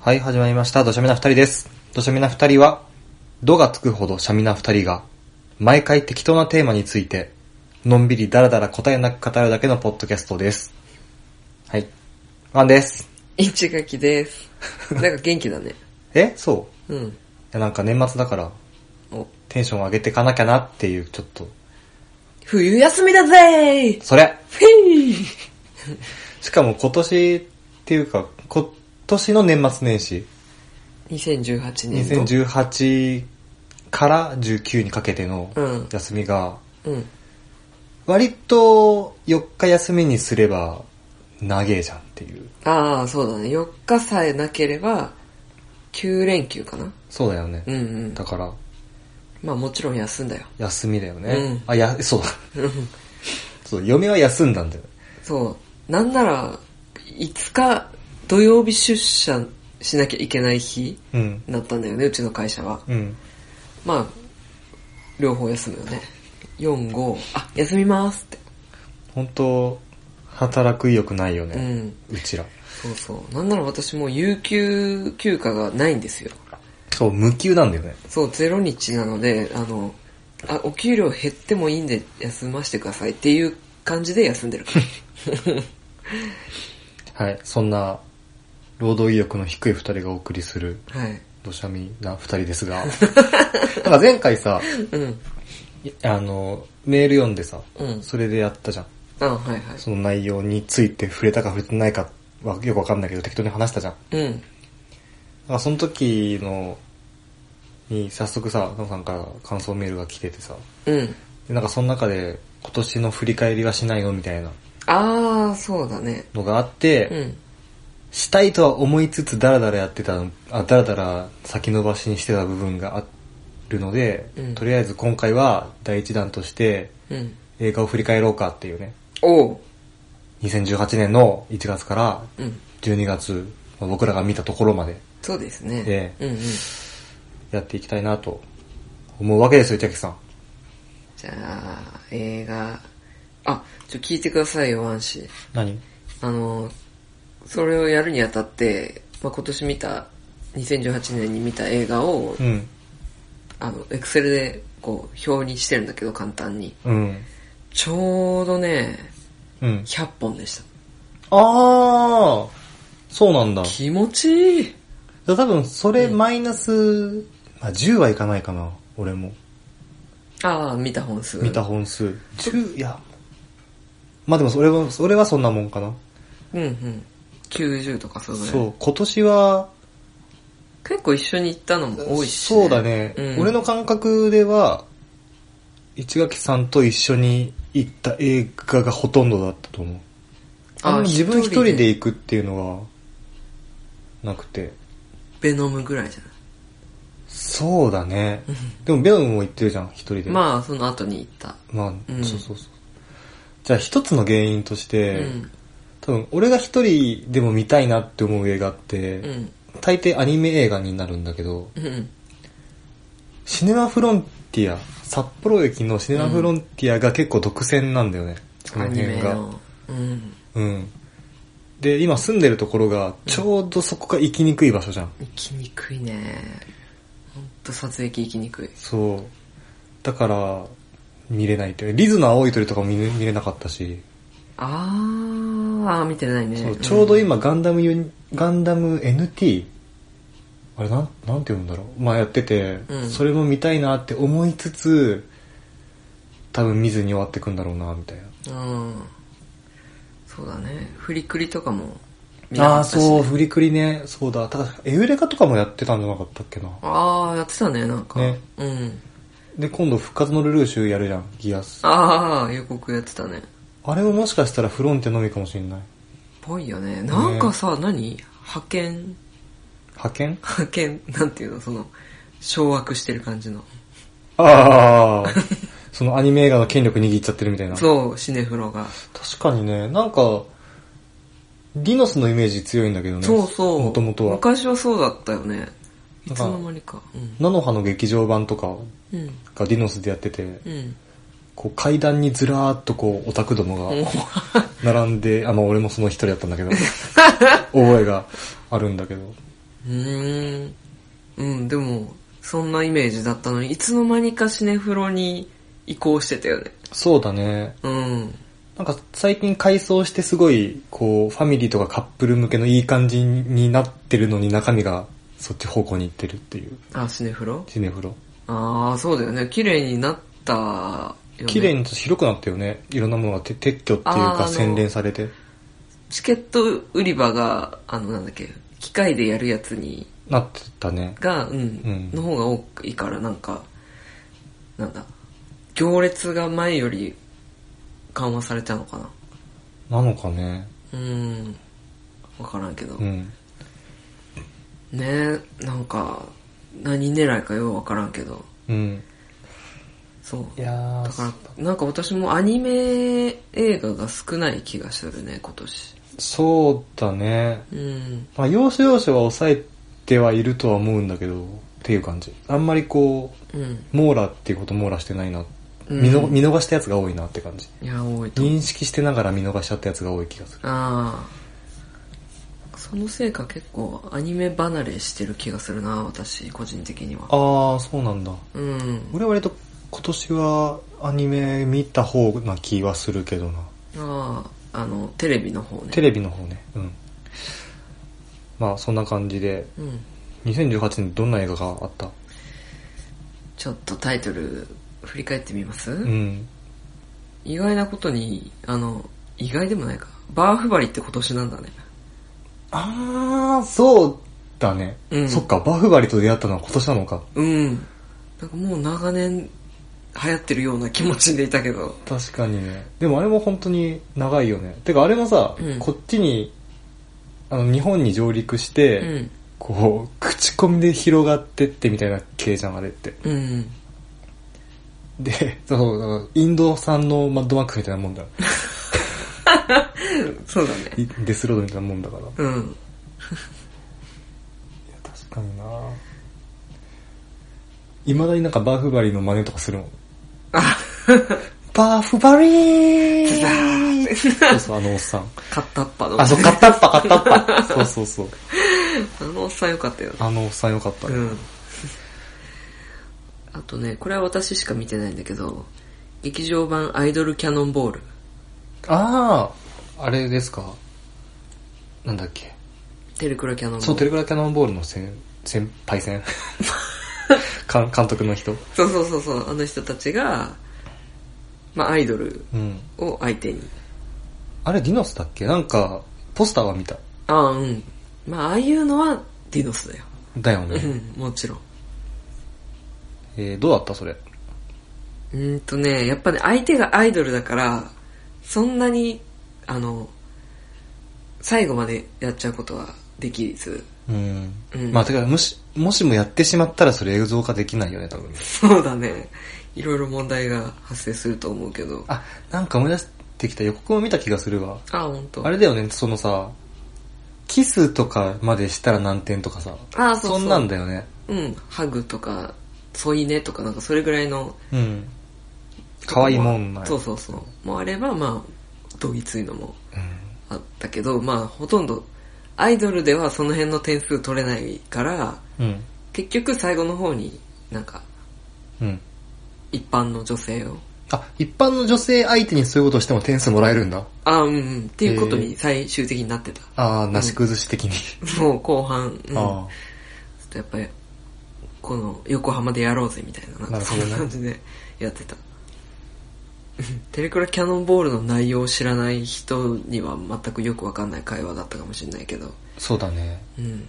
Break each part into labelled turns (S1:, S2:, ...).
S1: はい、始まりました。土砂目な二人です。土砂目な二人は、度がつくほどシャミな二人が、毎回適当なテーマについて、のんびりだらだら答えなく語るだけのポッドキャストです。はい。ワンです。
S2: 一垣です。なんか元気だね。
S1: えそうい
S2: うん。
S1: や、なんか年末だから、
S2: お、
S1: テンション上げてかなきゃなっていう、ちょっと、
S2: 冬休みだぜー
S1: それ
S2: ふい
S1: しかも今年っていうか、今年の年末年始、
S2: !2018 年の。
S1: 2018から19にかけての
S2: うん
S1: 休みが、
S2: うん。
S1: 割と4日休みにすれば長えじゃんっていう。
S2: ああ、そうだね。4日さえなければ、9連休かな
S1: そうだよね。
S2: うんうん。
S1: だから、
S2: まあもちろん休んだよ。
S1: 休みだよね。
S2: うん
S1: あ、や、そうだ。 そう、嫁は休んだんだよ。
S2: そう。なんなら、5日土曜日出社しなきゃいけない日
S1: うん。
S2: だったんだよね、うちの会社は。
S1: うん。
S2: まあ、両方休むよね。4、5、あ、休みますって。
S1: 本当働く意欲ないよ
S2: う
S1: ね。
S2: ん。
S1: うちら。
S2: そうそう。なんなら私もう有給休暇がないんですよ。
S1: そう、無給なんだよね。
S2: そう、ゼロ日なので、あの、あ、お給料減ってもいいんで休ませてくださいっていう感じで休ん でるから。
S1: はい。そんな、労働意欲の低い二人がお送りする、
S2: はい。
S1: 土砂みな二人です が。なんか前回さ、
S2: うん。
S1: いあの、メール読んでさ、
S2: うん
S1: それでやったじゃん。
S2: あ、はいはい。
S1: その内容について触れたか触れてないかはよくわかんないけど適当に話したじゃん。だか
S2: うん。
S1: らその時の、に早速さ、ノさんから感想メールが来ててさ、
S2: うん。
S1: でなんかその中で今年の振り返りはしないのみたいな
S2: あー、そうだね。
S1: のがあって、
S2: うん。
S1: したいとは思いつつダラダラやってたの、あ、ダラダラ先延ばしにしてた部分があるので、
S2: うん
S1: とりあえず今回は第一弾として
S2: うん。
S1: 映画を振り返ろうかっていうね、
S2: おう。
S1: 2018年の1月から
S2: うん。
S1: 12月、まあ僕らが見たところまで
S2: そうですね。
S1: ええ
S2: うんうん。
S1: やっていきたいなと思うわけですよ、板木さん。
S2: じゃあ、映画。あ、ちょ、聞いてくださいよ、ワンシー。
S1: 何
S2: あの、それをやるにあたって、まあ、今年見た、2018年に見た映画を、
S1: うん。
S2: あの、エクセルで、こう、表にしてるんだけど、簡単に。
S1: うん。
S2: ちょうどね、
S1: うん。
S2: 100本でした。
S1: あーそうなんだ。
S2: 気持ちいい
S1: 多分、それマイナス、まあ、10はいかないかな、俺も。
S2: ああ、見た本数。
S1: 見た本数。10、いや。まあでも、それは、それはそんなもんかな。
S2: うんうん。90とかそれぐらい。
S1: そう、今年は、
S2: 結構一緒に行ったのも多いし、
S1: そうだね、
S2: うん
S1: 俺の感覚では、市垣さんと一緒に行った映画がほとんどだったと思う。あ
S2: あ
S1: の自分一人
S2: 一人
S1: で
S2: で
S1: 行くっていうのが、なくて。
S2: ベノムぐらいじゃない。
S1: そうだね。でも、ベノムも行ってるじゃん、一人で。あ。
S2: まあ、その後に行った。
S1: まあ、
S2: うん
S1: そうそうそう。じゃあ、一つの原因として、
S2: うん。
S1: 多分、俺が一人でも見たいなって思う映画って、
S2: うん。
S1: 大抵アニメ映画になるんだけど、
S2: うん。
S1: シネマフロンティア、札幌駅のシネマフロンティアが結構独占なんだよね。そ
S2: ア
S1: の
S2: ニ
S1: 辺
S2: メ
S1: が。
S2: の。うん。
S1: うん。で、今住んでるところが、ちょうどそこが行きにくい場所じゃん。
S2: 行きにくいね。ほんと撮影機行きにくい。
S1: そう。だから、見れないっていう。リズの青い鳥とかも見れ見れなかったし、
S2: あー、あー見てないね。
S1: そうちょうど
S2: ん
S1: 今ガンダムユニ、ガンダム NT? あれなん、なんて読むんだろう。まあやってて、
S2: うん
S1: それも見たいなって思いつつ、多分見ずに終わってくんだろうな、みたいな。
S2: うん。そうだね。フリクリとかも見な
S1: あ
S2: か
S1: あ、
S2: ったしね、
S1: そう、フリクリね。そうだ。ただ、エウレカとかもやってたんじゃなかったっけな。
S2: ああ、やってたね、なんか。
S1: ね
S2: うん。
S1: で、今度復活のルルーシュやるじゃん、ギアス。
S2: ああ、予告やってたね。
S1: あれももしかしたらフロンテのみかもしんない。
S2: ぽいよね。なんかさ、何派遣、
S1: 派遣
S2: 派遣、なんていうの、その、掌握してる感じの。
S1: ああ、そのアニメ映画の権力握っちゃってるみたいな。
S2: そう、シネフロが。
S1: 確かにね、なんか、ディノスのイメージ強いんだけどね。
S2: そうそう。
S1: もともとは。
S2: 昔はそうだったよね。い
S1: なん
S2: つ
S1: か
S2: の間にか。
S1: 菜の葉の劇場版とか
S2: うん。うん。
S1: がディノスでやってて、
S2: うん。
S1: こう階段にずらーっとこうオタクどもが 並んで、あ、まあ俺もその一人だったんだけど、覚えがあるんだけど。
S2: うーん。うん、でも、そんなイメージだったのに、いつの間にかシネフロに移行してたよね。
S1: そうだね。
S2: うん。
S1: なんか最近改装してすごい、こう、ファミリーとかカップル向けのいい感じになってるのに中身がそっち方向に行ってるっていう、
S2: あ、シネフロ
S1: シネフロ。
S2: ああ、そうだよね。綺麗になったよね。
S1: 綺麗に広くなったよね。いろんなものがて撤去っていう
S2: あーあ
S1: か
S2: の
S1: 洗練されて、
S2: チケット売り場が、あの、なんだっけ、機械でやるやつに、
S1: なってたね。
S2: が、うん、
S1: ん
S2: の方が多いから、なんか、なんだ、行列が前より緩和されたのかな。
S1: なのかね。
S2: うーん、わからんけど。
S1: うん。
S2: ねえ、なんか、何狙いかようわからんけど。
S1: うん。
S2: そう。
S1: いやー
S2: だから、なんか私もアニメ映画が少ない気がするね、今年。
S1: そうだね。
S2: うん。
S1: まあ、要所要所は抑えてはいるとは思うんだけど、っていう感じ。あんまりこ
S2: うん。
S1: う、網羅っていうこと網羅してないな。
S2: うん
S1: 見の見逃したやつが多いなって感じ。
S2: いや、多いと思う。
S1: 認識してながら見逃しちゃったやつが多い気がする。
S2: ああ。そのせいか結構アニメ離れしてる気がするな、私、個人的には。
S1: あー、そうなんだ。
S2: うん。
S1: 俺は割と今年はアニメ見た方な気はするけどな。
S2: ああ、あの、テレビの方ね。
S1: テレビの方ね。うん。まあ、そんな感じで、
S2: うん。
S1: 2018年どんな映画があった
S2: ちょっとタイトル、振り返ってみます、
S1: うん。
S2: 意外なことに、あの、意外でもないか。バーフバリって今年なんだね。
S1: あー、そうだね。
S2: うん
S1: そっか、バフバリと出会ったのは今年なのか。
S2: うん。なんかもう長年流行ってるような気持ちでいたけど。
S1: 確かにね。でもあれも本当に長いよね。てかあれもさ、
S2: うん
S1: こっちに、あの、日本に上陸して、
S2: うん。
S1: こう、口コミで広がってってみたいな系じゃん、あれって。
S2: うん。
S1: で、そう、だからインド産のマッドマックみたいなも んだ。
S2: そうだね。
S1: いデスロードみたいなもんだから。
S2: うん。
S1: 確かにな未だになんかバーフバリーの真似とかするもん。バーフバリ ーそうそう、あのおっさん。
S2: カッタッパの。
S1: あ、そう、買ったっぱ、買ったっぱ。そうそうそう。
S2: あのおっさんよかったよ。
S1: あのおっさんよかった
S2: う。ん。 あとね、これは私しか見てないんだけど、劇場版アイドルキャノンボール。
S1: ああ、あれですか。なんだっけ。
S2: テレクラキャノンボール。
S1: そう、テレクラキャノンボールの先、先輩 戦監監督の人。
S2: そうそうそうそう、あの人たちが、まあアイドル
S1: うん。
S2: を相手に。
S1: あれディノスだっけなんか、ポスターは見た。
S2: ああ、うん。まあああいうのはディノスだよ。
S1: だよね。
S2: うん、もちろん。
S1: えー、どうだったそれ。
S2: うーんとね、やっぱね、相手がアイドルだから、そんなに、あの、最後までやっちゃうことはできず。
S1: うん。
S2: うん
S1: まあ、てか、もし、もしもやってしまったらそれ映像化できないよね、多分。
S2: そうだね。いろいろ問題が発生すると思うけど。
S1: あ、なんか思い出してきた予告も見た気がするわ。
S2: あ、本当。
S1: あれだよね、そのさ、キスとかまでしたら何点とかさ。
S2: あそうそうん
S1: なんだよね。
S2: うん。ハグとか、添い寝とか、なんかそれぐらいの。
S1: うん。可愛いもんな
S2: そうそうそう。もうあれば、まあ、どぎついのも
S1: うん。
S2: あったけど、まあ、ほとんど、アイドルではその辺の点数取れないから、
S1: うん。
S2: 結局最後の方になんか、
S1: うん。
S2: 一般の女性を、
S1: あ、一般の女性相手にそういうことをしても点数もらえるんだ。
S2: あうんうん、っていうことに最終的になってた。
S1: あー、なし崩し的に。
S2: もう後半、うん、ちょ
S1: あ
S2: っとやっぱり、この横浜でやろうぜみたいな、なん
S1: な
S2: か
S1: る
S2: そ
S1: ほ
S2: ん
S1: ど
S2: な
S1: ね
S2: 感じでやってた。うん テレクラキャノンボールの内容を知らない人には全くよくわかんない会話だったかもしれないけど、
S1: ー。そうだね。
S2: うん。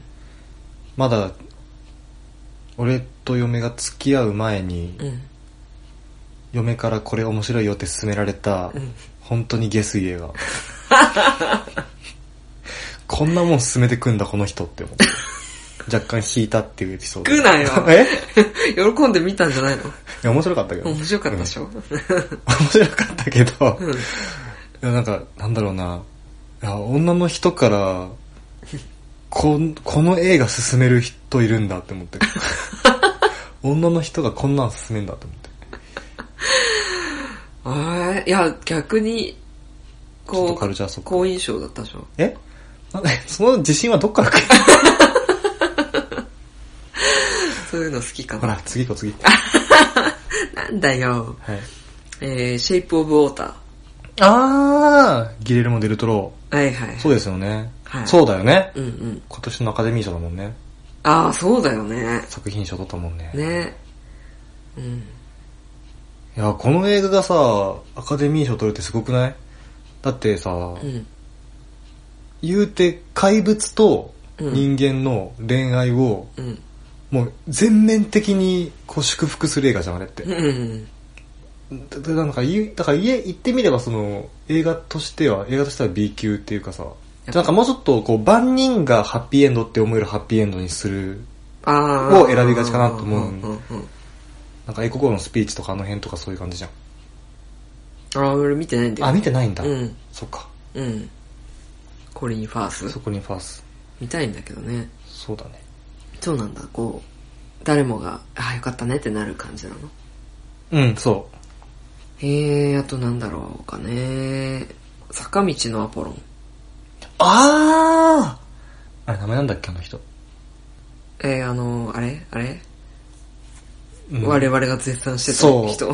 S1: まだ、俺と嫁が付き合う前に、
S2: うん。
S1: 嫁からこれ面白いよって勧められた、
S2: うん
S1: 本当に下水映画。 こんなもん勧めてくんだこの人って思って。若干引いたっていうエピソード。
S2: 食うなよ
S1: え
S2: 喜んで見たんじゃないの
S1: いや面白かったけど。
S2: 面白かったでしょ、
S1: うん面白かったけど、
S2: うん、
S1: いやなんか、なんだろうな。いや女の人から、こん、この映画勧める人いるんだって 思って。女の人がこんなん勧めんだって思って。
S2: あーいや、逆に、
S1: ちょっ
S2: こ
S1: とカルチャーショ
S2: う、
S1: ック
S2: 好印象だったでしょ
S1: えなその自信はどっから来る
S2: そういうの好きか
S1: ほ
S2: な。
S1: ら、次行こう、次行こ
S2: なんだよ。
S1: う。はい。
S2: えー、シェイプオブウォータ
S1: あー、ギレルモ・デルトロ
S2: ー。はいはい。
S1: ー。そうですよね。
S2: はい
S1: そうだよね。
S2: うんうん。
S1: 今年のアカデミー賞だもんね。
S2: ああ、そうだよね。
S1: 作品賞取ったもんね。
S2: ね。うん。
S1: いや、この映画がさ、アカデミー賞取るってすごくないだってさ、
S2: うん。
S1: 言うて怪物と
S2: うん
S1: 人間の恋愛を、
S2: うん。
S1: もう全面的にこう祝福する映画じゃん、あれって。
S2: うんうん。
S1: だだなんか言うだから家行ってみればその映画としては映画としては B 級っていうかさなんかもうちょっとこう万人がハッピーエンドって思えるハッピーエンドにする
S2: ああ。
S1: を選びがちかなと思うん
S2: んうん。
S1: なんか英国語のスピーチとかあの辺とかそういう感じじゃん
S2: ああ、俺見てないんだよ。
S1: あ見てないんだ、
S2: うん
S1: そっか
S2: うん。コリン・ファース
S1: そこにファース
S2: 見たいんだけどね。
S1: そうだね
S2: そうなんだ、こう、誰もが、ああ、よかったねってなる感じなの。
S1: うんそ
S2: へえ、あとなんだろうかね。坂道のアポロン。
S1: うあああれ名前なんだっけあの人、
S2: えー、あのあれあれ、
S1: うん
S2: 我々が絶賛して
S1: そう
S2: た人。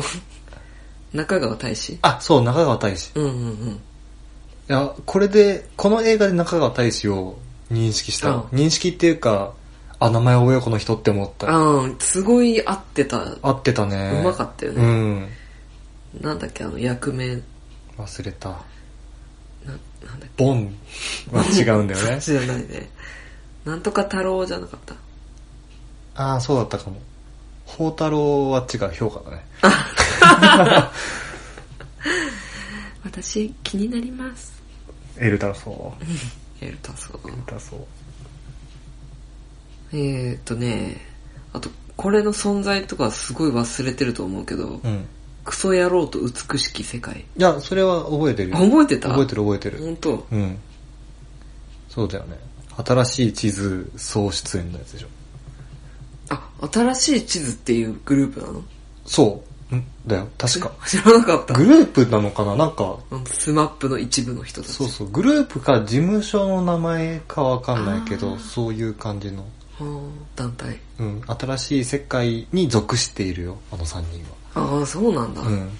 S2: 中川大志
S1: あそう中川大志い
S2: うんうんうん。
S1: やこれでこの映画で中川大志を認識した、
S2: うん
S1: 認識っていうかあ名前覚えようこの人って思った
S2: ああ、すごい合ってた。
S1: 合ってたね
S2: うまかったよね
S1: うん
S2: なんだっけ、あの、役名、な、
S1: 忘れた
S2: なんだっ
S1: ボンは違うんだよ
S2: け。
S1: ね
S2: じゃないね。なんとか太郎じゃなかった。
S1: ああそうだったかも宝太郎は違う評価だね
S2: 私、気になります。
S1: エルダソーエ
S2: エルタソウ。
S1: ルダソー
S2: えーっとね、あと、これの存在とかすごい忘れてると思うけど、
S1: うん
S2: クソ野郎と美しき世界。
S1: いやそれは覚えてるよ
S2: 覚えてた
S1: 覚えてる覚えてる
S2: 本当
S1: うんそうだよね新しい地図総出演のやつでしょ
S2: あ、新しい地図っていうグループなの
S1: そううんだよ確か
S2: 知らなかった
S1: グ。ループなのかななんか
S2: うんスマップの一部の人たち。
S1: そうそうグループか事務所の名前かわかんないけ
S2: あ
S1: ど
S2: ー
S1: そういう感じの
S2: はあ団体。
S1: うん、新しい世界に属しているよ、あの3人
S2: ああ、そうなんだ、
S1: は。うん。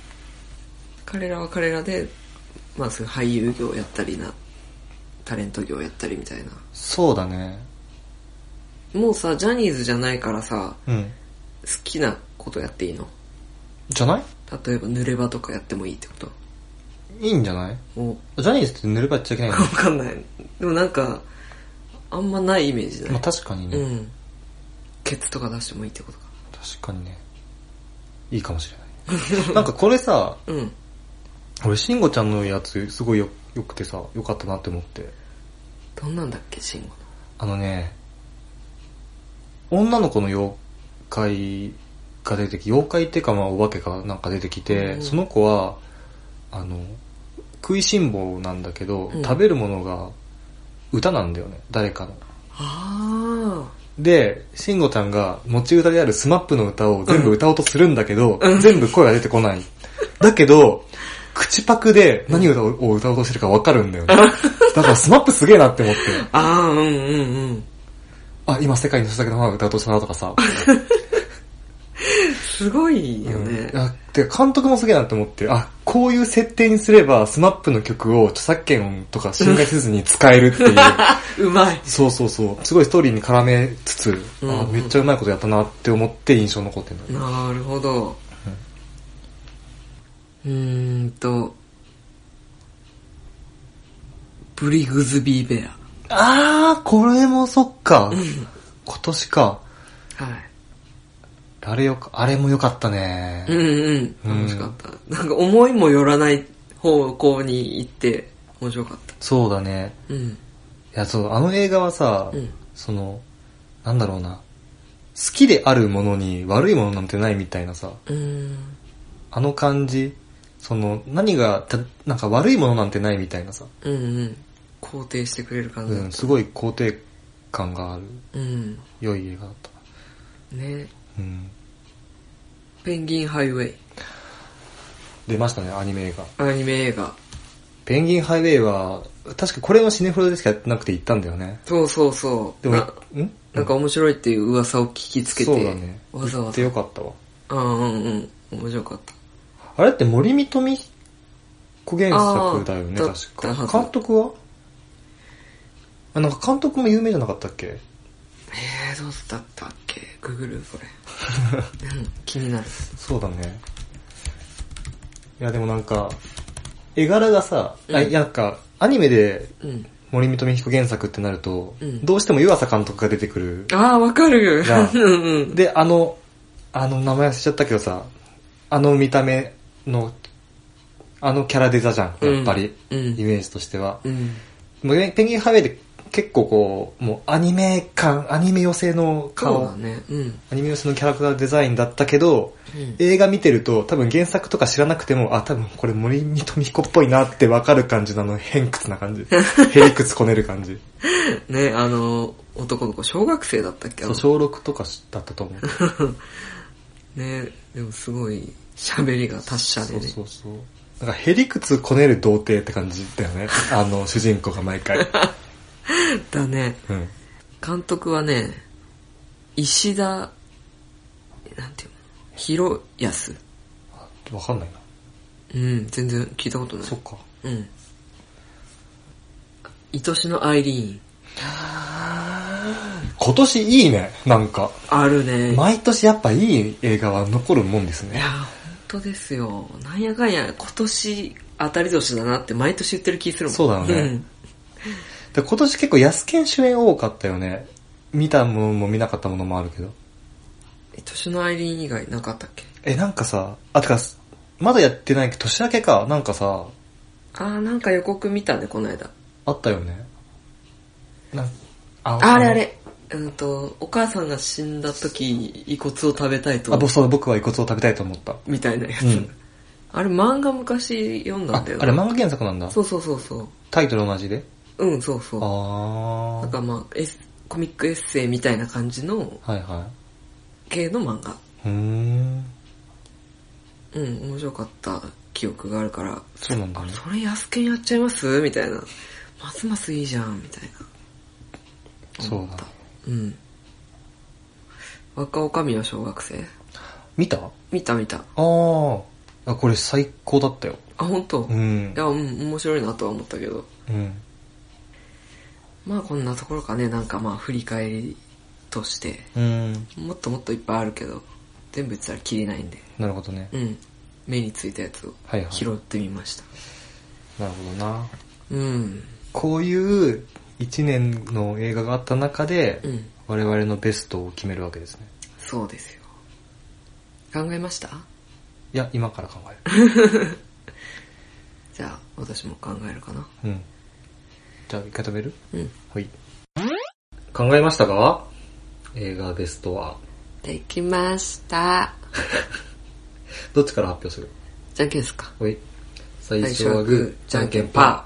S2: 彼らは彼らで、まあそういう俳優業やったりな、タレント業やったりみたいな。
S1: そうだね。
S2: もうさ、ジャニーズじゃないからさ、
S1: うん。
S2: 好きなことやっていいの
S1: じゃない
S2: 例えば濡れ場とかやってもいいってこと
S1: いいんじゃない
S2: お
S1: ジャニーズって塗ればやっちゃいけないの
S2: わかんない。でもなんか、あんまないイメージだ
S1: まあ
S2: ね。
S1: 確かにね、
S2: うん。ケツとか出してもいいってことか。
S1: 確かにね。いいかもしれない。なんかこれさ、
S2: うん。
S1: 俺、慎吾ちゃんのやつ、すごいよ、よくてさ、よかったなって思って。
S2: どんなんだっけ、慎吾の。
S1: あのね、女の子の妖怪が出てき、妖怪っていうかまあお化けかなんか出てきて、
S2: うん
S1: その子は、あの、食いしん坊なんだけど、
S2: うん
S1: 食べるものが歌なんだよね、誰かの。
S2: あ
S1: で、しんごちゃんが持ち歌であるスマップの歌を全部歌おうとするんだけど、全部声が出てこない。だけど、口パクで何を歌おうを歌おうとしてるかわかるんだよ ね。だからスマップすげえなって思って。
S2: あ。ああ、うんうんうん。
S1: あ、今世界の人だけの花が歌おうとしたなとかさ。
S2: すごいよね
S1: うん。あてか監督もすげえなって思って、あ、こういう設定にすれば、スマップの曲を著作権とか侵害せずに使えるっていう。
S2: うまい。
S1: そうそうそう。すごいストーリーに絡めつつ、あ
S2: うん
S1: めっちゃうまいことやったなって思って印象残ってるの、
S2: なるほど。うーんと、ブリグズビーベ
S1: あー、これもそっか。今年か。
S2: ア。はい。
S1: あれよか、あれもよかったね
S2: う。んうん。楽しかった。なんか思いもよらない方向に行って、面白かっ
S1: そうだね。
S2: た。うん。
S1: いや、そう、あの映画はさ、
S2: うん
S1: その、なんだろうな。好きであるものに悪いものなんてないみたいなさ。
S2: うーん。
S1: あの感じ、その、何が、たなんか悪いものなんてないみたいなさ、
S2: うんうん。肯定してくれる感
S1: う
S2: じだ
S1: ん、
S2: っ
S1: すごい肯定感がある、
S2: た。うん。
S1: 良い映画だった。
S2: ね。
S1: うん。
S2: ペンギンハイウェイ。
S1: 出ましたね、アニメ映画。
S2: アニメ映画。
S1: ペンギンハイウェイは、確かこれのシネフロでしかやってなくて行ったんだよね。
S2: そうそうそう。
S1: でも、
S2: なんなんか面白いっていう噂を聞きつけて、
S1: そうだね。
S2: わざ
S1: 行
S2: わ
S1: って
S2: ざ。
S1: よかったわ。
S2: うんうんうん。面白かった。
S1: あれって森見富子原作だよね、
S2: あーだ
S1: 確
S2: った
S1: か
S2: は。ず
S1: 監督はあ、なんか監督も有名じゃなかったっけ
S2: えー、どうだったっけググるそれ。 うん、気になる。
S1: そうだね。いや、でもなんか、絵柄がさ、あいやなんか、アニメで
S2: うん。
S1: 森見富彦原作ってなると、
S2: うん
S1: どうしても湯浅監督が出てくる。
S2: ああ、わかる
S1: なあ
S2: うんうん。
S1: で、あの、あの名前忘れちゃったけどさ、あの見た目の、あのキャラデザじゃん、やっぱり、
S2: うんうん
S1: イメージとしては。
S2: うん。
S1: もうペンギンハイウェイで結構こう、もうアニメ感、アニメ寄せの
S2: そう
S1: 顔
S2: だ、ね。うん。
S1: アニメ寄せのキャラクターデザインだったけど、
S2: うん
S1: 映画見てると多分原作とか知らなくても、あ、多分これ森見富彦っぽいなってわかる感じのあの偏屈な 感じ。へりくつこねる感じ。
S2: ね、あの、男の子、小学生だったっけあ
S1: そ
S2: の
S1: う、小6とかだったと思う。
S2: ね、でもすごい、喋りが達者でね。
S1: そうそうそう。なんか、へりくつこねる童貞って感じだよね。あの、主人公が毎 回。
S2: だね。
S1: うん。
S2: 監督はね、石田、なんていうの広安。
S1: わかんないな。
S2: うん、全然聞いたことない。
S1: そっか。
S2: うん。愛しのアイリーン。
S1: 今年いいね、なんか。
S2: あるね。い
S1: 毎年やっぱいい映画は残るもんです
S2: や
S1: ね。
S2: ー、本当ですよ。なんやかんや、今年当たり年だなって毎年言ってる気するもん。
S1: そうだよね
S2: ん。
S1: で今年結構安健主演多かったよね。見たものも見なかったものもあるけど。
S2: 愛しのアイリーン以外なかったっけ
S1: え、なんかさ、あ、てか、まだやってないけど、年明けか、なんかさ、
S2: あー、なんか予告見たね、この間。
S1: あったよね。なんあ
S2: ああれあ。れ。うんと、お母さんが死んだ時、遺骨を食べたい
S1: あ、
S2: と
S1: 僕、、そう、僕は遺骨を食べたいと思った。
S2: みたいなやつ。
S1: うん
S2: あれ漫画昔読んだ
S1: あ
S2: ん
S1: あれ
S2: だよ
S1: 漫画原作なんだ。
S2: そうそうそうそう。
S1: タイトル同じで
S2: うん、そうそう。
S1: あ
S2: なん
S1: ー。
S2: かまあ、エスコミックエッセイみたいな感じの
S1: はいは
S2: 系の漫画。
S1: い。うーん。
S2: うん、面白かった記憶があるから、
S1: そうなんだね。
S2: それ安研やっちゃいますみたいな。ますますいいじゃん、みたいな。
S1: そうだ。
S2: うん。若女将は小学生
S1: 見たあ
S2: 見た見た。
S1: ー。あ、これ最高だったよ。
S2: あ、本当。
S1: う
S2: い
S1: ん。
S2: や、うん、面白いなとは思ったけど。
S1: うん。
S2: まあこんなところかね、なんかまあ振り返りとして。
S1: うん。
S2: もっともっといっぱいあるけど、全部言ったらきりないんで。
S1: なるほどね。
S2: うん。目についたやつを
S1: はいはい
S2: 拾ってみました。
S1: なるほどな。
S2: うん。
S1: こういう一年の映画があった中で
S2: う、ん。
S1: 我々のベストを決めるわけですね。
S2: そうですよ。考えました
S1: いや、今から考え
S2: じゃあ、私も考えるかな。
S1: る。うん。じゃあ、一回食べる
S2: うん。
S1: はい。考えましたか映画ベストは。
S2: できました。
S1: どっちから発表する
S2: じゃんけんですか。
S1: はい。最初はグー、じゃんけんパ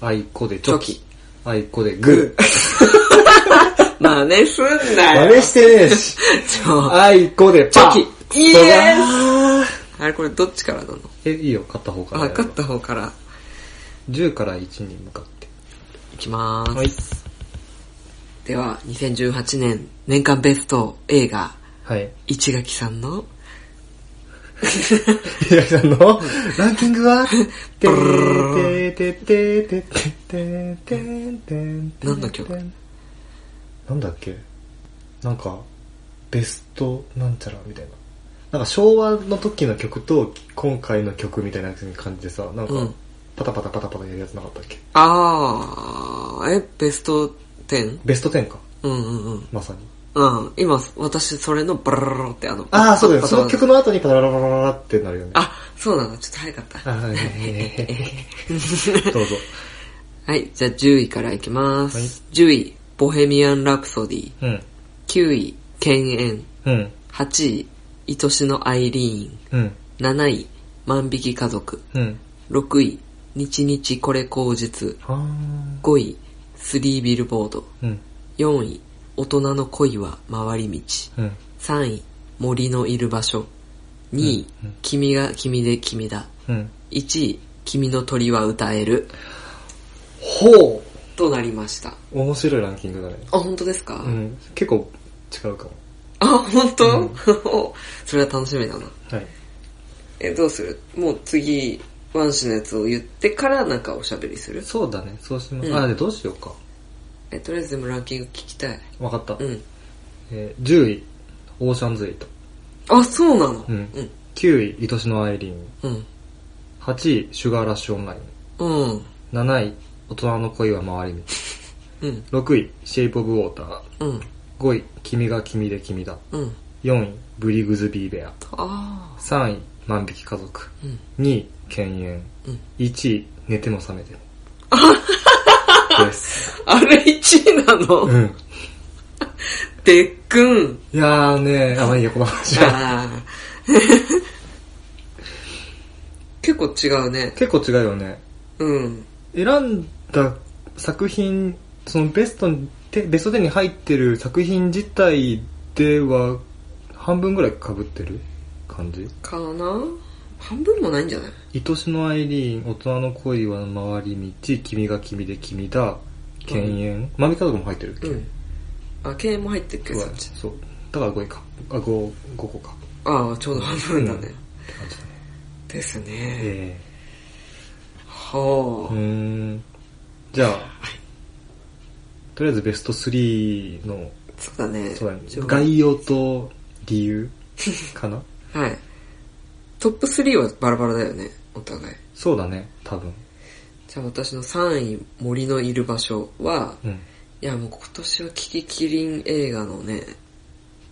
S1: ー。あいこでチョキ。あいこでグー。
S2: 真似すん
S1: 真
S2: なよ。
S1: 似してねえし。
S2: ちょ、
S1: あいこで
S2: チ
S1: パ
S2: ョ
S1: ー。
S2: キ。イエスあれこれどっちからなの
S1: え、いいよ、勝った方か
S2: あ、
S1: ら。
S2: 勝った方から。
S1: 10から1に向かって。
S2: いきまーす。
S1: はい。
S2: では、2018年年間ベスト映画、
S1: はい。
S2: 市垣さんの、
S1: ひらきさんのランキングはてーてーてーてーてーてーてーてーてー
S2: 何の曲
S1: なんだっけなんか、ベストなんちゃらみたいな。なんか昭和の時の曲と今回の曲みたいな感じでさ、なんか
S2: うん
S1: パタパタパタパタやるやつなかったっけ
S2: あー、え、ベスト 10?
S1: ベスト10か、
S2: うんうんうん。
S1: まさに。
S2: うん、今、私、それのバララララってあの、
S1: ああ、そうだよ。
S2: パ
S1: そ
S2: タパ
S1: の
S2: タ
S1: 曲の後にパタパタパタパタってなるよね。
S2: あ、そうなんだ。ちょっと早かった。
S1: あ、はいはいはいはいどうぞ。
S2: はい、じゃあ10位からいきます。10位、ボヘミアン・ラプソディ。
S1: うん。
S2: 9位、犬猿。
S1: うん。
S2: 8位、愛しのアイリーン。
S1: うん。
S2: 7位、万引き家族。
S1: うん。
S2: 6位、日日これ口実。
S1: はー
S2: 5位、スリービルボード。
S1: うん。
S2: 4位、大人の恋は回り道。
S1: うん。
S2: 3位、森のいる場所。2位、君が君で君だ。
S1: うん。
S2: 1位、君の鳥は歌える
S1: ほう
S2: となりました。あ、
S1: 面白いランキングだね。
S2: 本当ですか、
S1: うん。結構違うかも。
S2: あ、本当、 おそれは楽しみだな。
S1: はい。
S2: え、どうするもう次、ワンシのやつを言ってからなんかおしゃべりする
S1: そうだね。そうします。
S2: うん
S1: あ、で、どうしようか。
S2: え、とりあえずでもランキング聞きたい。
S1: わかった。
S2: うん。
S1: えー10位、オーシャンズ8。
S2: あ、そうなの
S1: う
S2: うんん。
S1: 9位、愛しのアイリーン。
S2: うん。
S1: 8位、シュガーラッシュオンライン。
S2: うん。
S1: 7位、大人の恋は回り
S2: うん。
S1: 道。6位、シェイプオブウォーター。
S2: うん。
S1: 5位、君が君で君だ。
S2: うん。
S1: 4位、ブリグズビーベア。
S2: あ
S1: 3位、万引き家族。
S2: ーうん。
S1: 2位、犬猿。
S2: うん
S1: 1位、寝ても覚 めても。です。
S2: あれ1位なの、
S1: うん。
S2: でっく ん。
S1: いやーねー、あ、まあいいや、この話は。
S2: あー 結構違うね。
S1: 結構違うよね。
S2: うん。
S1: 選んだ作品、そのベストに、てベスト10に入ってる作品自体では、半分ぐらい被ってる感じ
S2: かな半分もないんじゃない
S1: 愛しのアイリーン、大人の恋は回り道、君が君で君だ、犬猿。マミカドも入ってるっけ、
S2: うん。あ、敬遠も入ってるけど、そっち。
S1: そう。だから5位か。あ、5、5個か。
S2: ああ、ちょうど半分だね。
S1: うんって感じだね。
S2: ですね。
S1: え
S2: ほ
S1: ー、うーん。じゃあ、とりあえずベスト3の、
S2: う。そうだね。
S1: そうだね
S2: ちょ。
S1: 概要と理由 かな
S2: はい。トップ3はバラバラだよね、お互い。
S1: そうだね、多分。
S2: じゃあ私の3位、森のいる場所は、
S1: うん。
S2: いやもう今年はキキキリン映画のね、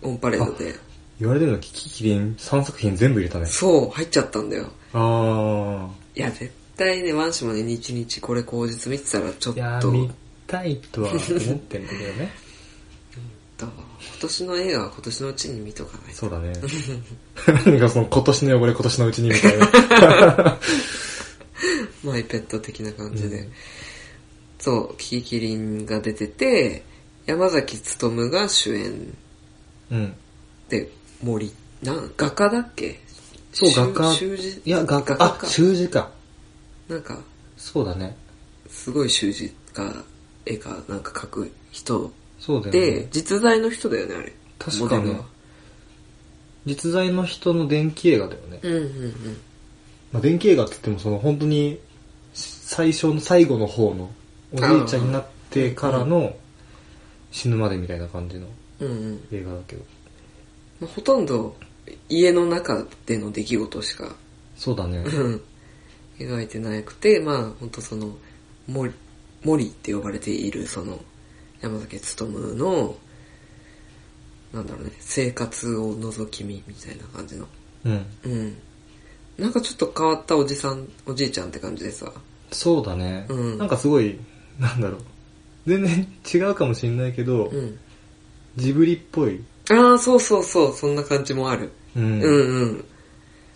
S2: オンパレードで、
S1: 言われてるの、キキキリン3作品全部入れたね。
S2: そう、入っちゃったんだよ。
S1: あ
S2: いや、絶対ね、ワンシもね、日日これ口実見てたらちょっ
S1: ー。いや
S2: と、
S1: ー、見たいとは思ってんだけどね。
S2: だわ今年の映画は今年のうちに見とかないと。
S1: そうだね。 何かその今年の汚れ今年のうちにみたい な。
S2: マイペット的な感じで。
S1: うん
S2: そう、キキキリンが出てて、山崎努が主演
S1: うん。
S2: で、森、なん、画家だっけ
S1: そう
S2: 習
S1: 画家
S2: 習字
S1: いや、画家、あ、
S2: か。
S1: 習字か。
S2: なんか、
S1: そうだね。
S2: すごい習字か、絵か、なんか描く人
S1: そうだよね
S2: で、。実在の人だよね、あれ。
S1: 確か
S2: モデ
S1: に
S2: ルは。
S1: 実在の人の電気映画だよね。
S2: うんうんうん。
S1: まあ、電気映画って言ってもその本当に最初の最後の方のおじいちゃんになってからの死ぬまでみたいな感じの
S2: うんうん。
S1: 映画だけど。
S2: まあ、ほとんど家の中での出来事しか
S1: そうだね。
S2: うん 描いてなくて、まあ本当その森、森って呼ばれているその山崎努の、なんだろうね、生活を覗き見みたいな感じの。
S1: うん。
S2: うん。なんかちょっと変わったおじさん、おじいちゃんって感じでさ。
S1: そうだね。
S2: うん
S1: なんかすごい、なんだろう。全然違うかもしれないけど、
S2: うん。
S1: ジブリっぽい。
S2: ああ、そうそうそう、そんな感じもある。
S1: うん
S2: うんうん。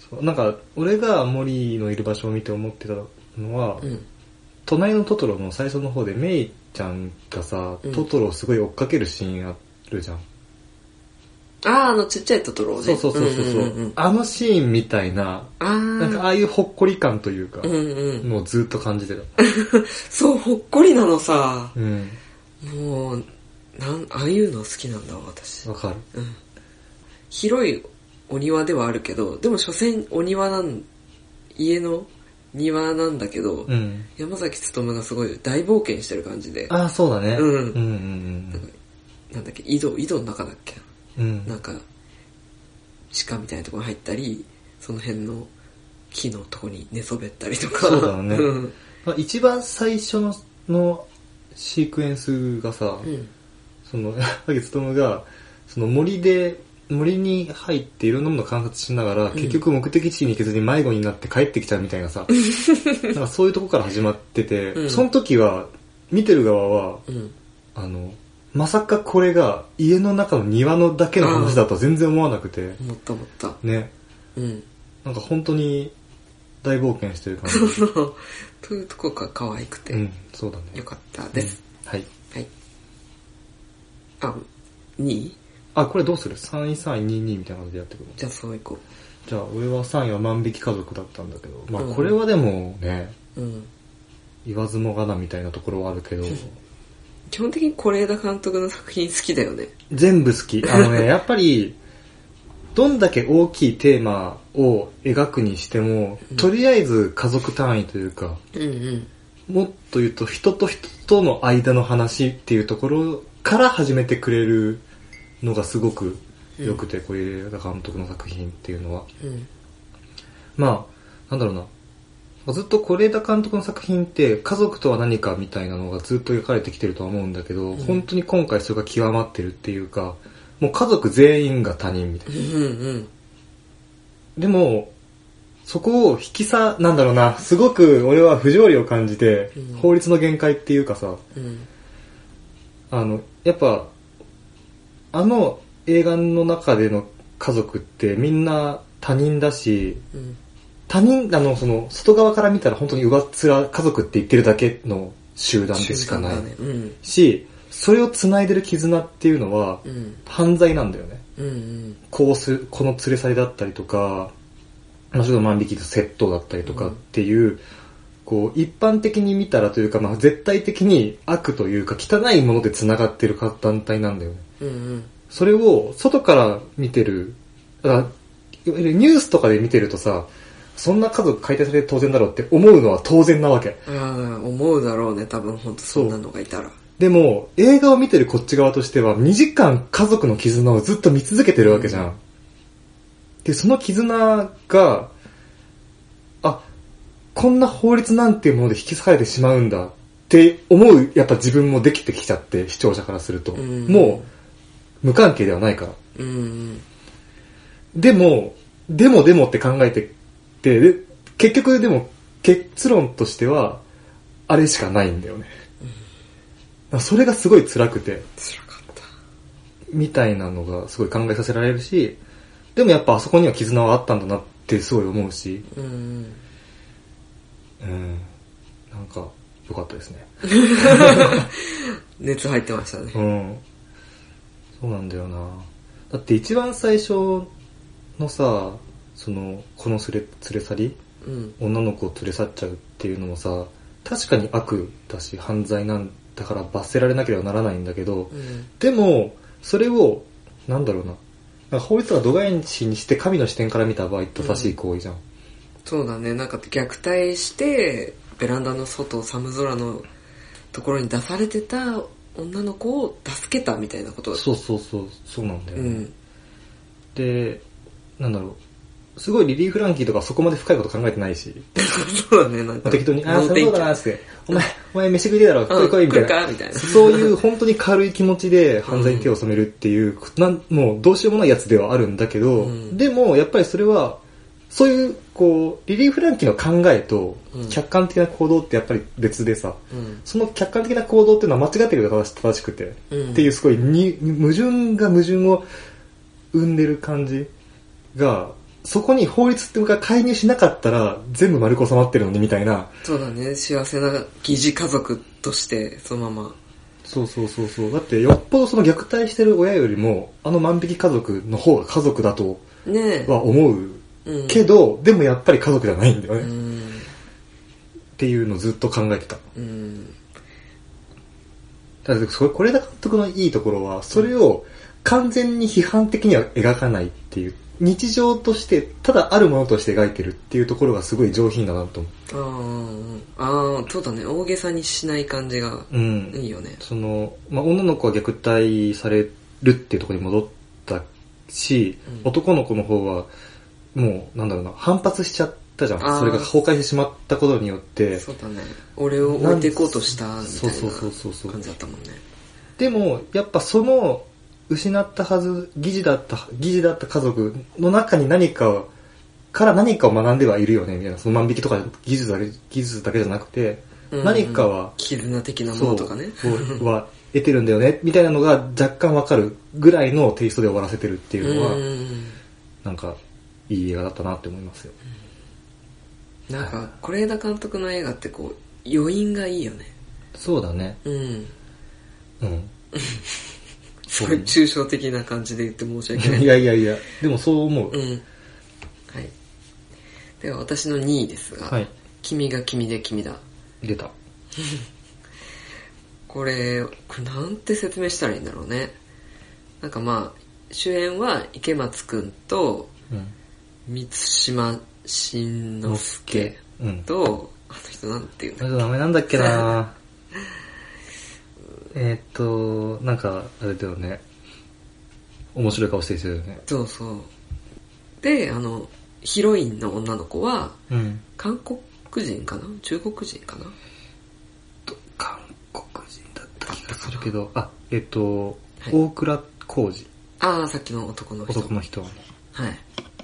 S1: そうなんか、俺が森のいる場所を見て思ってたのは、
S2: うん。
S1: 隣のトトロの最初の方でメイちゃんがさ、
S2: うん
S1: トトロをすごい追っかけるシーンあるじゃん。
S2: ああ、あのちっちゃいトトロをね。
S1: そうそうそうそう。
S2: んんんうん
S1: あのシーンみたいな、
S2: ああ。
S1: なんかああいうほっこり感というか
S2: う、んうん。
S1: のをずっと感じてた。
S2: そう、ほっこりなのさ。
S1: うん。
S2: もう、なん、ああいうの好きなんだわ、私。
S1: わかる。
S2: うん。広いお庭ではあるけど、でも所詮お庭なん、家の庭なんだけど、
S1: うん。
S2: 山崎努がすごい大冒険してる感じで、
S1: ああ、そうだね。
S2: うん
S1: うんうん
S2: なんだっけ、井戸、井戸の中だっけ
S1: うん。うん
S2: なんか、鹿みたいなとこに入ったり、その辺の木のとこに寝そべったりとか。
S1: そうだね
S2: うん。
S1: まあ一番最初の、のシークエンスがさ、
S2: うん。
S1: その、竹勉が、その森で、森に入っていろんなものを観察しながら、結局目的地に行けずに迷子になって帰ってきちゃうみたいな さ、なんかそういうとこから始まってて、
S2: うん
S1: その時は、見てる側は、
S2: うん。
S1: あの、まさかこれが家の中の庭のだけの話だとは全然思わなくて、
S2: 思った思った。
S1: ね、
S2: うん。
S1: なんか本当に大冒険してる感
S2: そう
S1: じ。
S2: そう。というとこが可愛くて、
S1: うん、そうだね。
S2: よかったです。
S1: はい。
S2: はい。あ、2位
S1: あ、これどうする ?3 位、3位、2位、2位みたいな感じでやってくる
S2: じゃあそういこ
S1: じゃあ俺は3位は万引き家族だったんだけど、まあ
S2: うん
S1: これはでもね、
S2: うん。
S1: 言わずもがなみたいなところはあるけど、
S2: 基本的に是枝監督の作品好きだよね。
S1: 全部好き。あの ね、やっぱり、どんだけ大きいテーマを描くにしても、とりあえず家族単位というか、
S2: うんうん。
S1: もっと言うと人と人との間の話っていうところから始めてくれるのがすごく良くて、こういう枝監督の作品っていうのは。
S2: うん。
S1: まあ、なんだろうな。ずっと是枝監督の作品って家族とは何かみたいなのがずっと描かれてきてるとは思うんだけど、
S2: ん
S1: 本当に今回それが極まってるっていうか、もう家族全員が他人みたいな。
S2: うんうん。
S1: でも、そこを引きさ、なんだろうな、すごく俺は不条理を感じて、
S2: うん
S1: 法律の限界っていうかさ、
S2: うん。
S1: あの、やっぱ、あの映画の中での家族ってみんな他人だし、
S2: うん。
S1: 他人、あの、その、外側から見たら本当に上っ面、家族って言ってるだけの集団でしかない。
S2: 瞬間だねうん。
S1: し、それを繋いでる絆っていうのは、
S2: うん。
S1: 犯罪なんだよね。
S2: うんうん。
S1: こうする、この連れ去りだったりとか、まあ、ちょっと万引きと窃盗だったりとかっていう、こう、一般的に見たらというか、まあ、絶対的に悪というか、汚いもので繋がってるか団体なんだよね。
S2: うんうん。
S1: それを外から見てる、だからいわゆるニュースとかで見てるとさ、そんな家族解体されて当然だろうって思うのは当然なわけ。
S2: ああ、思うだろうね、多分ほんとそんなのがいたら。
S1: でも、映画を見てるこっち側としては、2時間家族の絆をずっと見続けてるわけじゃん。で、その絆が、あ、こんな法律なんていうもので引き裂かれてしまうんだって思う、やっぱ自分もできてきちゃって、視聴者からすると。
S2: うん
S1: もう、無関係ではないから。
S2: うんうん。
S1: でも、でもでもって考えてって、で結局でも結論としては、あれしかないんだよね。それがすごい辛くて、
S2: 辛かった。
S1: みたいなのがすごい考えさせられるし、でもやっぱあそこには絆はあったんだなってすごい思うし、
S2: うんうん。
S1: うん。なんか、良かったですね。
S2: 熱入ってましたね
S1: う。ん。そうなんだよな。だって一番最初のさ、その、このすれ、連れ去り
S2: うん。
S1: 女の子を連れ去っちゃうっていうのもさ確かに悪だし犯罪なんだから罰せられなければならないんだけど
S2: うん。
S1: でもそれをなんだろうななんか法律が度外視にして神の視点から見た場合正しい行為じゃん、
S2: そうだね、なんか虐待して、ベランダの外、寒空のところに出されてた女の子を助けたみたいなことだ
S1: そうそうそうそうなんだよ、
S2: う
S1: ね
S2: ん。
S1: でなんだろうすごいリリー・フランキーとかそこまで深いこと考えてないし、
S2: そうだね、なん
S1: ま
S2: か。
S1: あ適当に、ああ、そういうことだなっつ って、お前、お前飯食いてえだろ、来
S2: う
S1: い
S2: ん
S1: 来いみたいな
S2: 来。るかみたいな。
S1: そういう本当に軽い気持ちで犯罪に手を染めるっていう、なんもうどうしようもないやつではあるんだけど、
S2: うん
S1: でもやっぱりそれは、そういう、こう、リリー・フランキーの考えと
S2: うん
S1: 客観的な行動ってやっぱり別でさ、
S2: うん。
S1: その客観的な行動っていうのは間違ってるが正し正しくて、
S2: うん
S1: っていうすごいに矛盾が矛盾を生んでる感じが、そこに法律って僕が介入しなかったら全部丸く収まってるのにみたいな、
S2: そうだね、幸せな疑似家族として、そのまま。
S1: そうそうそうそう。だってよっぽどその虐待してる親よりも、あの万引き家族の方が家族だと
S2: ね
S1: は思う
S2: え。うん。
S1: けど、でもやっぱり家族じゃないんだよね。
S2: う
S1: っ
S2: ん。
S1: ていうのをずっと考えてた。
S2: うん。
S1: だからそれ、これだ監督のいいところは、それを完全に批判的には描かないっていう、日常として、ただあるものとして描いてるっていうところがすごい上品だなと思
S2: あーあー、そうだね、大げさにしない感じが、
S1: う。うん。
S2: いいよね。
S1: その、まあ、女の子は虐待されるっていうところに戻ったし、
S2: うん
S1: 男の子の方は、もう、なんだろうな、反発しちゃったじゃ
S2: あ
S1: ん。
S2: ー
S1: それが崩壊してしまったことによって。
S2: そうだね。俺を置いていこうとした、みた
S1: そうそうそう
S2: い
S1: そうそ
S2: な感
S1: う。
S2: じだったもんね。
S1: でも、やっぱその、失ったはず、疑似だった、疑似だった家族の中に何か、から何かを学んではいるよね、みたいな。その万引きとか技術だけ、技術だけじゃなくて、
S2: うんうん
S1: 何かは
S2: 絆的なも
S1: そ
S2: の
S1: う
S2: とかね。
S1: をは得てるんだよね、みたいなのが若干わかるぐらいのテイストで終わらせてるっていうの
S2: う
S1: は、
S2: ん
S1: なんか、いい映画だったなって思いますよ。
S2: なんか、是枝監督の映画ってこう、余韻がいいよね。
S1: そうだね。
S2: うん。
S1: うん。
S2: すごい抽象的な感じで言って申し訳ない。
S1: いやいやいや、でもそう思う
S2: う。ん。はい。では私の2位ですが、
S1: はい。
S2: 君が君で君だ。
S1: 出た。
S2: これ、これなんて説明したらいいんだろうね。なんかまあ、主演は池松くんと、
S1: うん。
S2: 三島慎之介
S1: うん。
S2: と、あの人なんていうん
S1: あ
S2: だ
S1: れ名前なんだっけ なえーっと、なんか、あれだよね。面白い顔してる人だよね。
S2: そうそう。で、あの、ヒロインの女の子は、
S1: うん。
S2: 韓国人かな中国人かな
S1: 韓国人だった気がするけど、あ、えっと、
S2: はい
S1: 大倉浩二、
S2: ああ、さっきの男の人。
S1: 男の人はね。
S2: はい。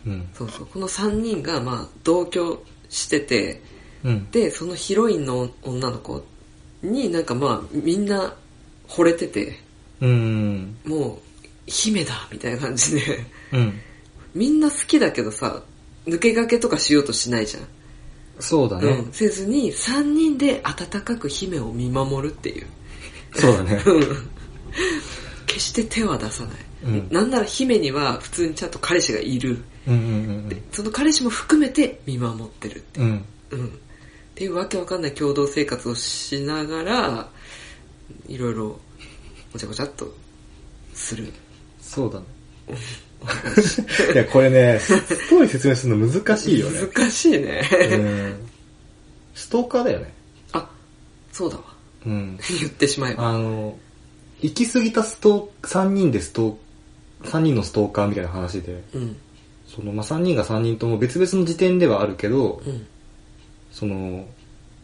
S1: うん。
S2: そうそう。この3人が、まあ、同居してて、
S1: うん。
S2: で、そのヒロインの女の子になんかまあ、みんな惚れてて、
S1: うん。
S2: もう、姫だみたいな感じで、
S1: うん。
S2: みんな好きだけどさ、抜け駆けとかしようとしないじゃん。
S1: そうだね。
S2: うん。せずに、3人で温かく姫を見守るっていう。
S1: そうだ ね。
S2: 決して手は出さない。
S1: うん
S2: なんなら姫には普通にちゃんと彼氏がいる。
S1: うんうん
S2: その彼氏も含めて見守ってる。
S1: うん。うん。
S2: うん。っていうわけわかんない共同生活をしながら、いろいろ、ごちゃごちゃっと、する。
S1: そうだ ね。いや、これね、ストーリー説明するの難しいよ ね。
S2: 難しいね。
S1: うん。ストーカーだよね。
S2: あ、そうだわ。
S1: うん。
S2: 言ってしまえば。
S1: あの、行き過ぎたストー、3人でストー、3人のストーカーみたいな話で、
S2: うん。
S1: その、まあ、3人が3人とも別々の時点ではあるけど、
S2: うん。
S1: その、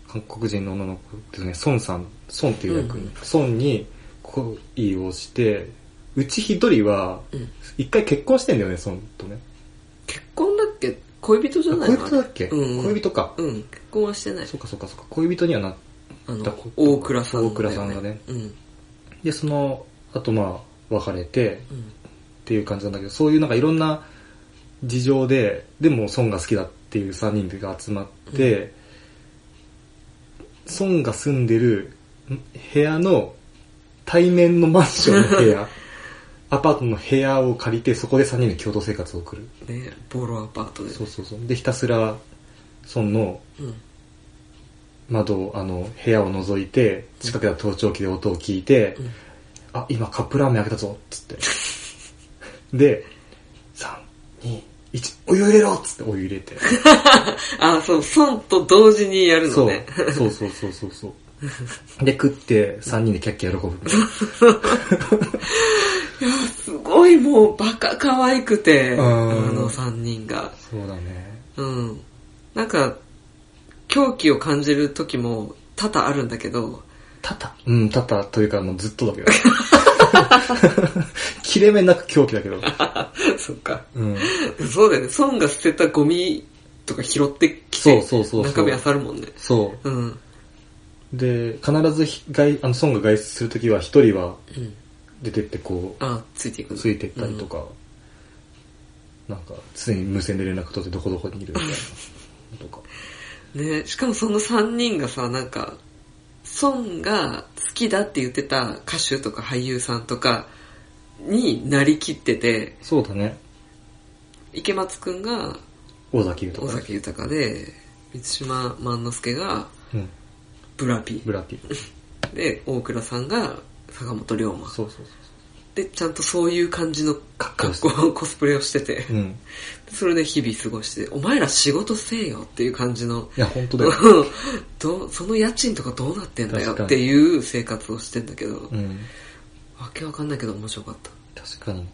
S1: 韓国人の女の子ですね、ソンさん、ソンっていう役
S2: うんう
S1: に
S2: ん、
S1: ソンに恋をして、うち一人は、
S2: うん。
S1: 一回結婚してんだよね、ソンとね。
S2: 結婚だっけ恋人じゃない
S1: 恋
S2: の
S1: 人だっけ、
S2: うんうん。
S1: 恋人か。
S2: うん。結婚はしてない。
S1: そっかそっかそっか、恋人にはな
S2: あ
S1: だ
S2: の、大倉さんだよ、
S1: 大倉さんがね
S2: うん。
S1: で、その、あとまあ、別れて、
S2: うん。
S1: っていう感じなんだけど、そういうなんかいろんな事情で、でも孫が好きだっていう3人が集まって、孫が住んでるん部屋の対面のマンションの部屋、アパートの部屋を借りて、そこで3人で共同生活を送る。
S2: ね、ボロアパートで。
S1: そうそうそう。で、ひたすら、孫の
S2: うん。
S1: 窓を、あの、部屋を覗いて、近くで盗聴器で音を聞いて、
S2: うん。
S1: あ、今カップラーメン開けたぞっつって。で、3、2、1、お湯入れろっつってお湯入れて。
S2: あ、そう、孫と同時にやるの
S1: そう
S2: ね。。
S1: そうそうそうそうそう。で、食って3人でキャッキャ喜ぶ。
S2: すごいもうバカ可愛くて、
S1: うん
S2: あの三人が。
S1: そうだね。
S2: うん。なんか、狂気を感じる時も多々あるんだけ ど、
S1: たたうん、たたというかもうずっとだけど。 切れ目なく狂気だけど。
S2: そっか。
S1: うん。
S2: そうだよね。孫が捨てたゴミとか拾ってき
S1: そう
S2: て、
S1: そうそうそう
S2: 中身漁るもんね。
S1: そう。
S2: うん。
S1: で、必ずひ外、あの、孫が外出するときは一人は
S2: うん。
S1: 出てってこう、
S2: あ、ついていくの
S1: ついてったりと。か、なんか常に無線で連絡取ってどこどこにいるみたいな のとか。
S2: うんね、しかもその三人がさ、なんか、孫が好きだって言ってた歌手とか俳優さんとかになりきってて、
S1: そうだね。
S2: 池松くんが
S1: 尾崎と
S2: 尾
S1: か、
S2: 崎豊で、満島万之助が
S1: うん。
S2: ブラピ
S1: ブラピ。
S2: で、大倉さんが坂本龍馬。
S1: そうそう
S2: で、ちゃんとそういう感じの
S1: 格好をして
S2: 格好コスプレをしてて
S1: そう。、うん。
S2: それで日々過ごして、お前ら仕事せえよっていう感じの、
S1: いや、本当だよ。
S2: どその家賃とかどうなってんだよ
S1: 確かに
S2: っていう生活をしてんだけど、
S1: うん。
S2: わけわかんないけど面白かった。
S1: 確かに。だか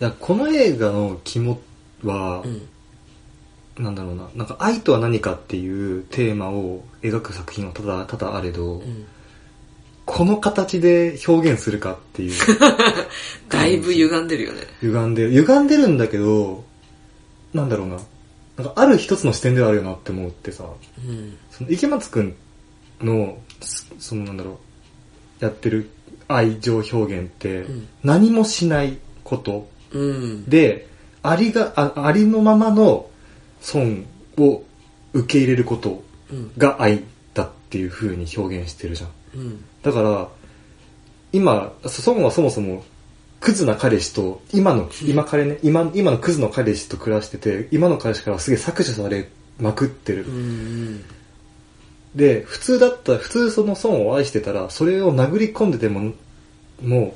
S1: らこの映画の肝は
S2: う、ん。
S1: なんだろうな、なんか愛とは何かっていうテーマを描く作品はただ、ただあれど、
S2: うん。
S1: この形で表現するかっていう。
S2: だいぶ歪んでるよね。
S1: 歪んでる。歪んでるんだけど、なんだろうな。なんかある一つの視点ではあるよなって思ってさ、
S2: うん。
S1: その池松くんの、すそのなんだろう、やってる愛情表現って
S2: うん、
S1: 何もしないこと
S2: うん。
S1: で、ありが、あありのままの損を受け入れること
S2: うん。
S1: が愛だっていう風に表現してるじゃん。
S2: うん。
S1: だから、今、ソンはそもそも、クズな彼氏と、今の、今彼ね、今、今のクズの彼氏と暮らしてて、今の彼氏からはすげえ搾取されまくってる
S2: う。ん
S1: で、普通だったら、普通その損を愛してたら、それを殴り込んででも、も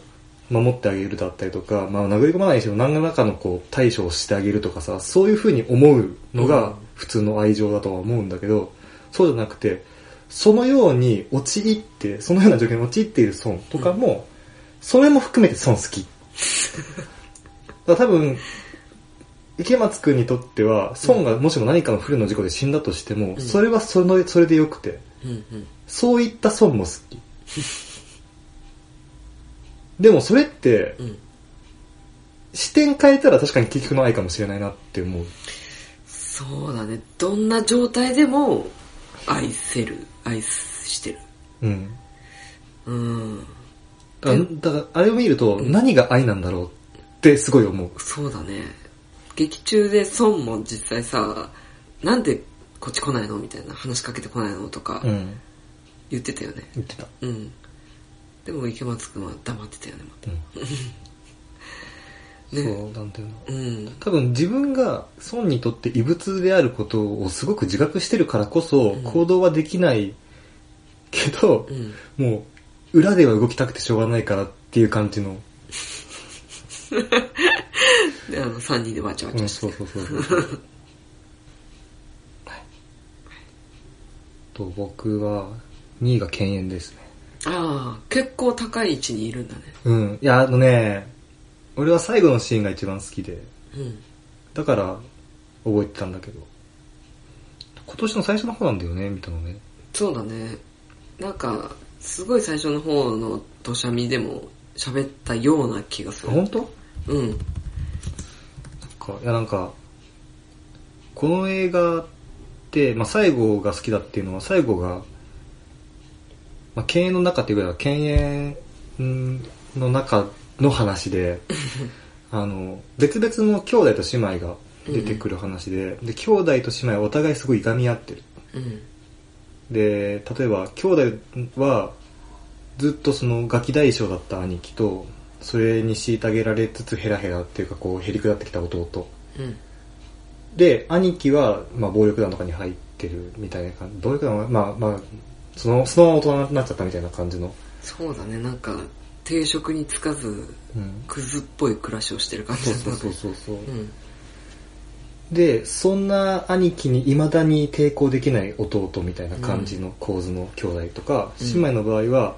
S1: う、守ってあげるだったりとか、まあ殴り込まないにしても何らかのこう対処をしてあげるとかさ、そういう風に思うの
S2: うん
S1: が普通の愛情だとは思うんだけど、そうじゃなくて、そのように陥って、そのような状況に陥っている損とかも、それも含めて損好 き。だから多分、池松くんにとっては、損がもしも何かの不慮の事故で死んだとしても、
S2: ん
S1: それはその、それでよくて、
S2: うんうん
S1: そういった損も好き。でもそれって
S2: う、ん
S1: 視点変えたら確かに結局の愛かもしれないなって思う。
S2: そうだねどんな状態でも愛せる愛してる
S1: うん。
S2: うん
S1: だから、だからあれを見ると、何が愛なんだろうってすごい思う。
S2: そうだね劇中で孫も実際さなんでこっち来ないのみたいな話しかけてこないのとか
S1: うん。
S2: 言ってたよね
S1: 言ってた。
S2: うん、でも池松くんは黙ってたよねま
S1: うん。
S2: ね
S1: そうなんだよな。
S2: たうん
S1: 多分自分が孫にとって異物であることをすごく自覚してるからこそ
S2: ん
S1: 行動はできないけど
S2: う、ん
S1: もう裏では動きたくてしょうがないからっていう感じの。
S2: であの3人でわちゃわ
S1: う
S2: ちゃ
S1: ん、
S2: して
S1: そう
S2: る
S1: そうそうそう。はいと、僕は2位が犬猿ですね。
S2: ああ結構高い位置にいるんだね
S1: うん。いや、あのね、俺は最後のシーンが一番好きで、
S2: うん
S1: だから覚えてたんだけど、今年の最初の方なんだよね、見たのね。
S2: そうだねなんかすごい最初の方の土砂見でも喋ったような気がす
S1: あ
S2: る
S1: 本当
S2: うん
S1: かいやなんかこの映画って、まあ、西郷が好きだっていうのは西郷が、まあ、犬猿の中っていうぐらいは犬猿の中の話であの別々の兄弟と姉妹が出てくる話で,、で兄弟と姉妹はお互いすごいいがみ合ってる
S2: うん
S1: で例えば兄弟はずっとそのガキ大将だった兄貴とそれに虐げられつつヘラヘラっていうかこうへりくだってきた弟
S2: うん
S1: で、兄貴は、まあ、暴力団とかに入ってるみたいな感じ。暴力団は、まあ、まあ、その、そのまま大人になっちゃったみたいな感じの。
S2: そうだねなんか定職につかず
S1: うん。
S2: クズっぽい暮らしをしてる感じ
S1: そう
S2: だった
S1: そうそうそうそう。
S2: うん
S1: で、そんな兄貴に未だに抵抗できない弟みたいな感じの構図の兄弟とか、
S2: うん
S1: 姉妹の場合は、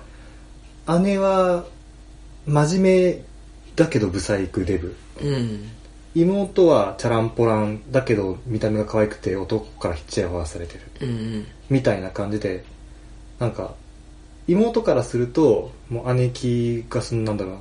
S1: 姉は真面目だけどブサイクデブ。
S2: うん
S1: 妹はチャランポランだけど見た目が可愛くて男からひっちやほやされてる。
S2: うんうん
S1: みたいな感じで、なんか、妹からすると、もう姉貴がそのなんだろうな、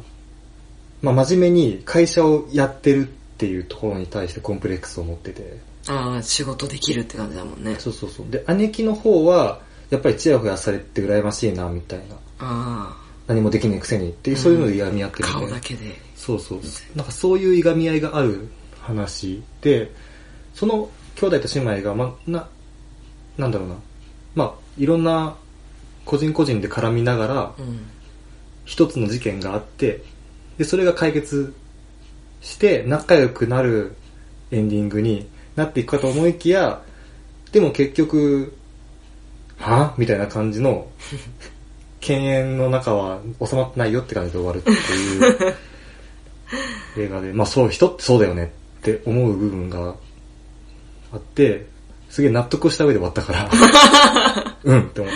S1: まあ真面目に会社をやってるっていうところに対してコンプレックスを持ってて、
S2: ああ仕事できるって感じだもんね
S1: そうそうそう。で、姉貴の方は、やっぱりチヤホヤされて羨ましいな、みたいな。
S2: あ
S1: 何もできないくせにっていう、そういうので嫌み合っ
S2: あ
S1: てるみたい
S2: 顔
S1: な
S2: だけで
S1: そうそう。なんかそういういがみ合いがある話で、その兄弟と姉妹が、ま、な、なんだろうな。まあ、いろんな個人個人で絡みながら
S2: う、ん
S1: 一つの事件があって、で、それが解決して、仲良くなるエンディングになっていくかと思いきや、でも結局、はみたいな感じの、犬猿の中は収まってないよって感じで終わるっていう映画で、 まあそう、人ってそうだよねって思う部分があって、すげえ納得した上で終わったから、うんって思っ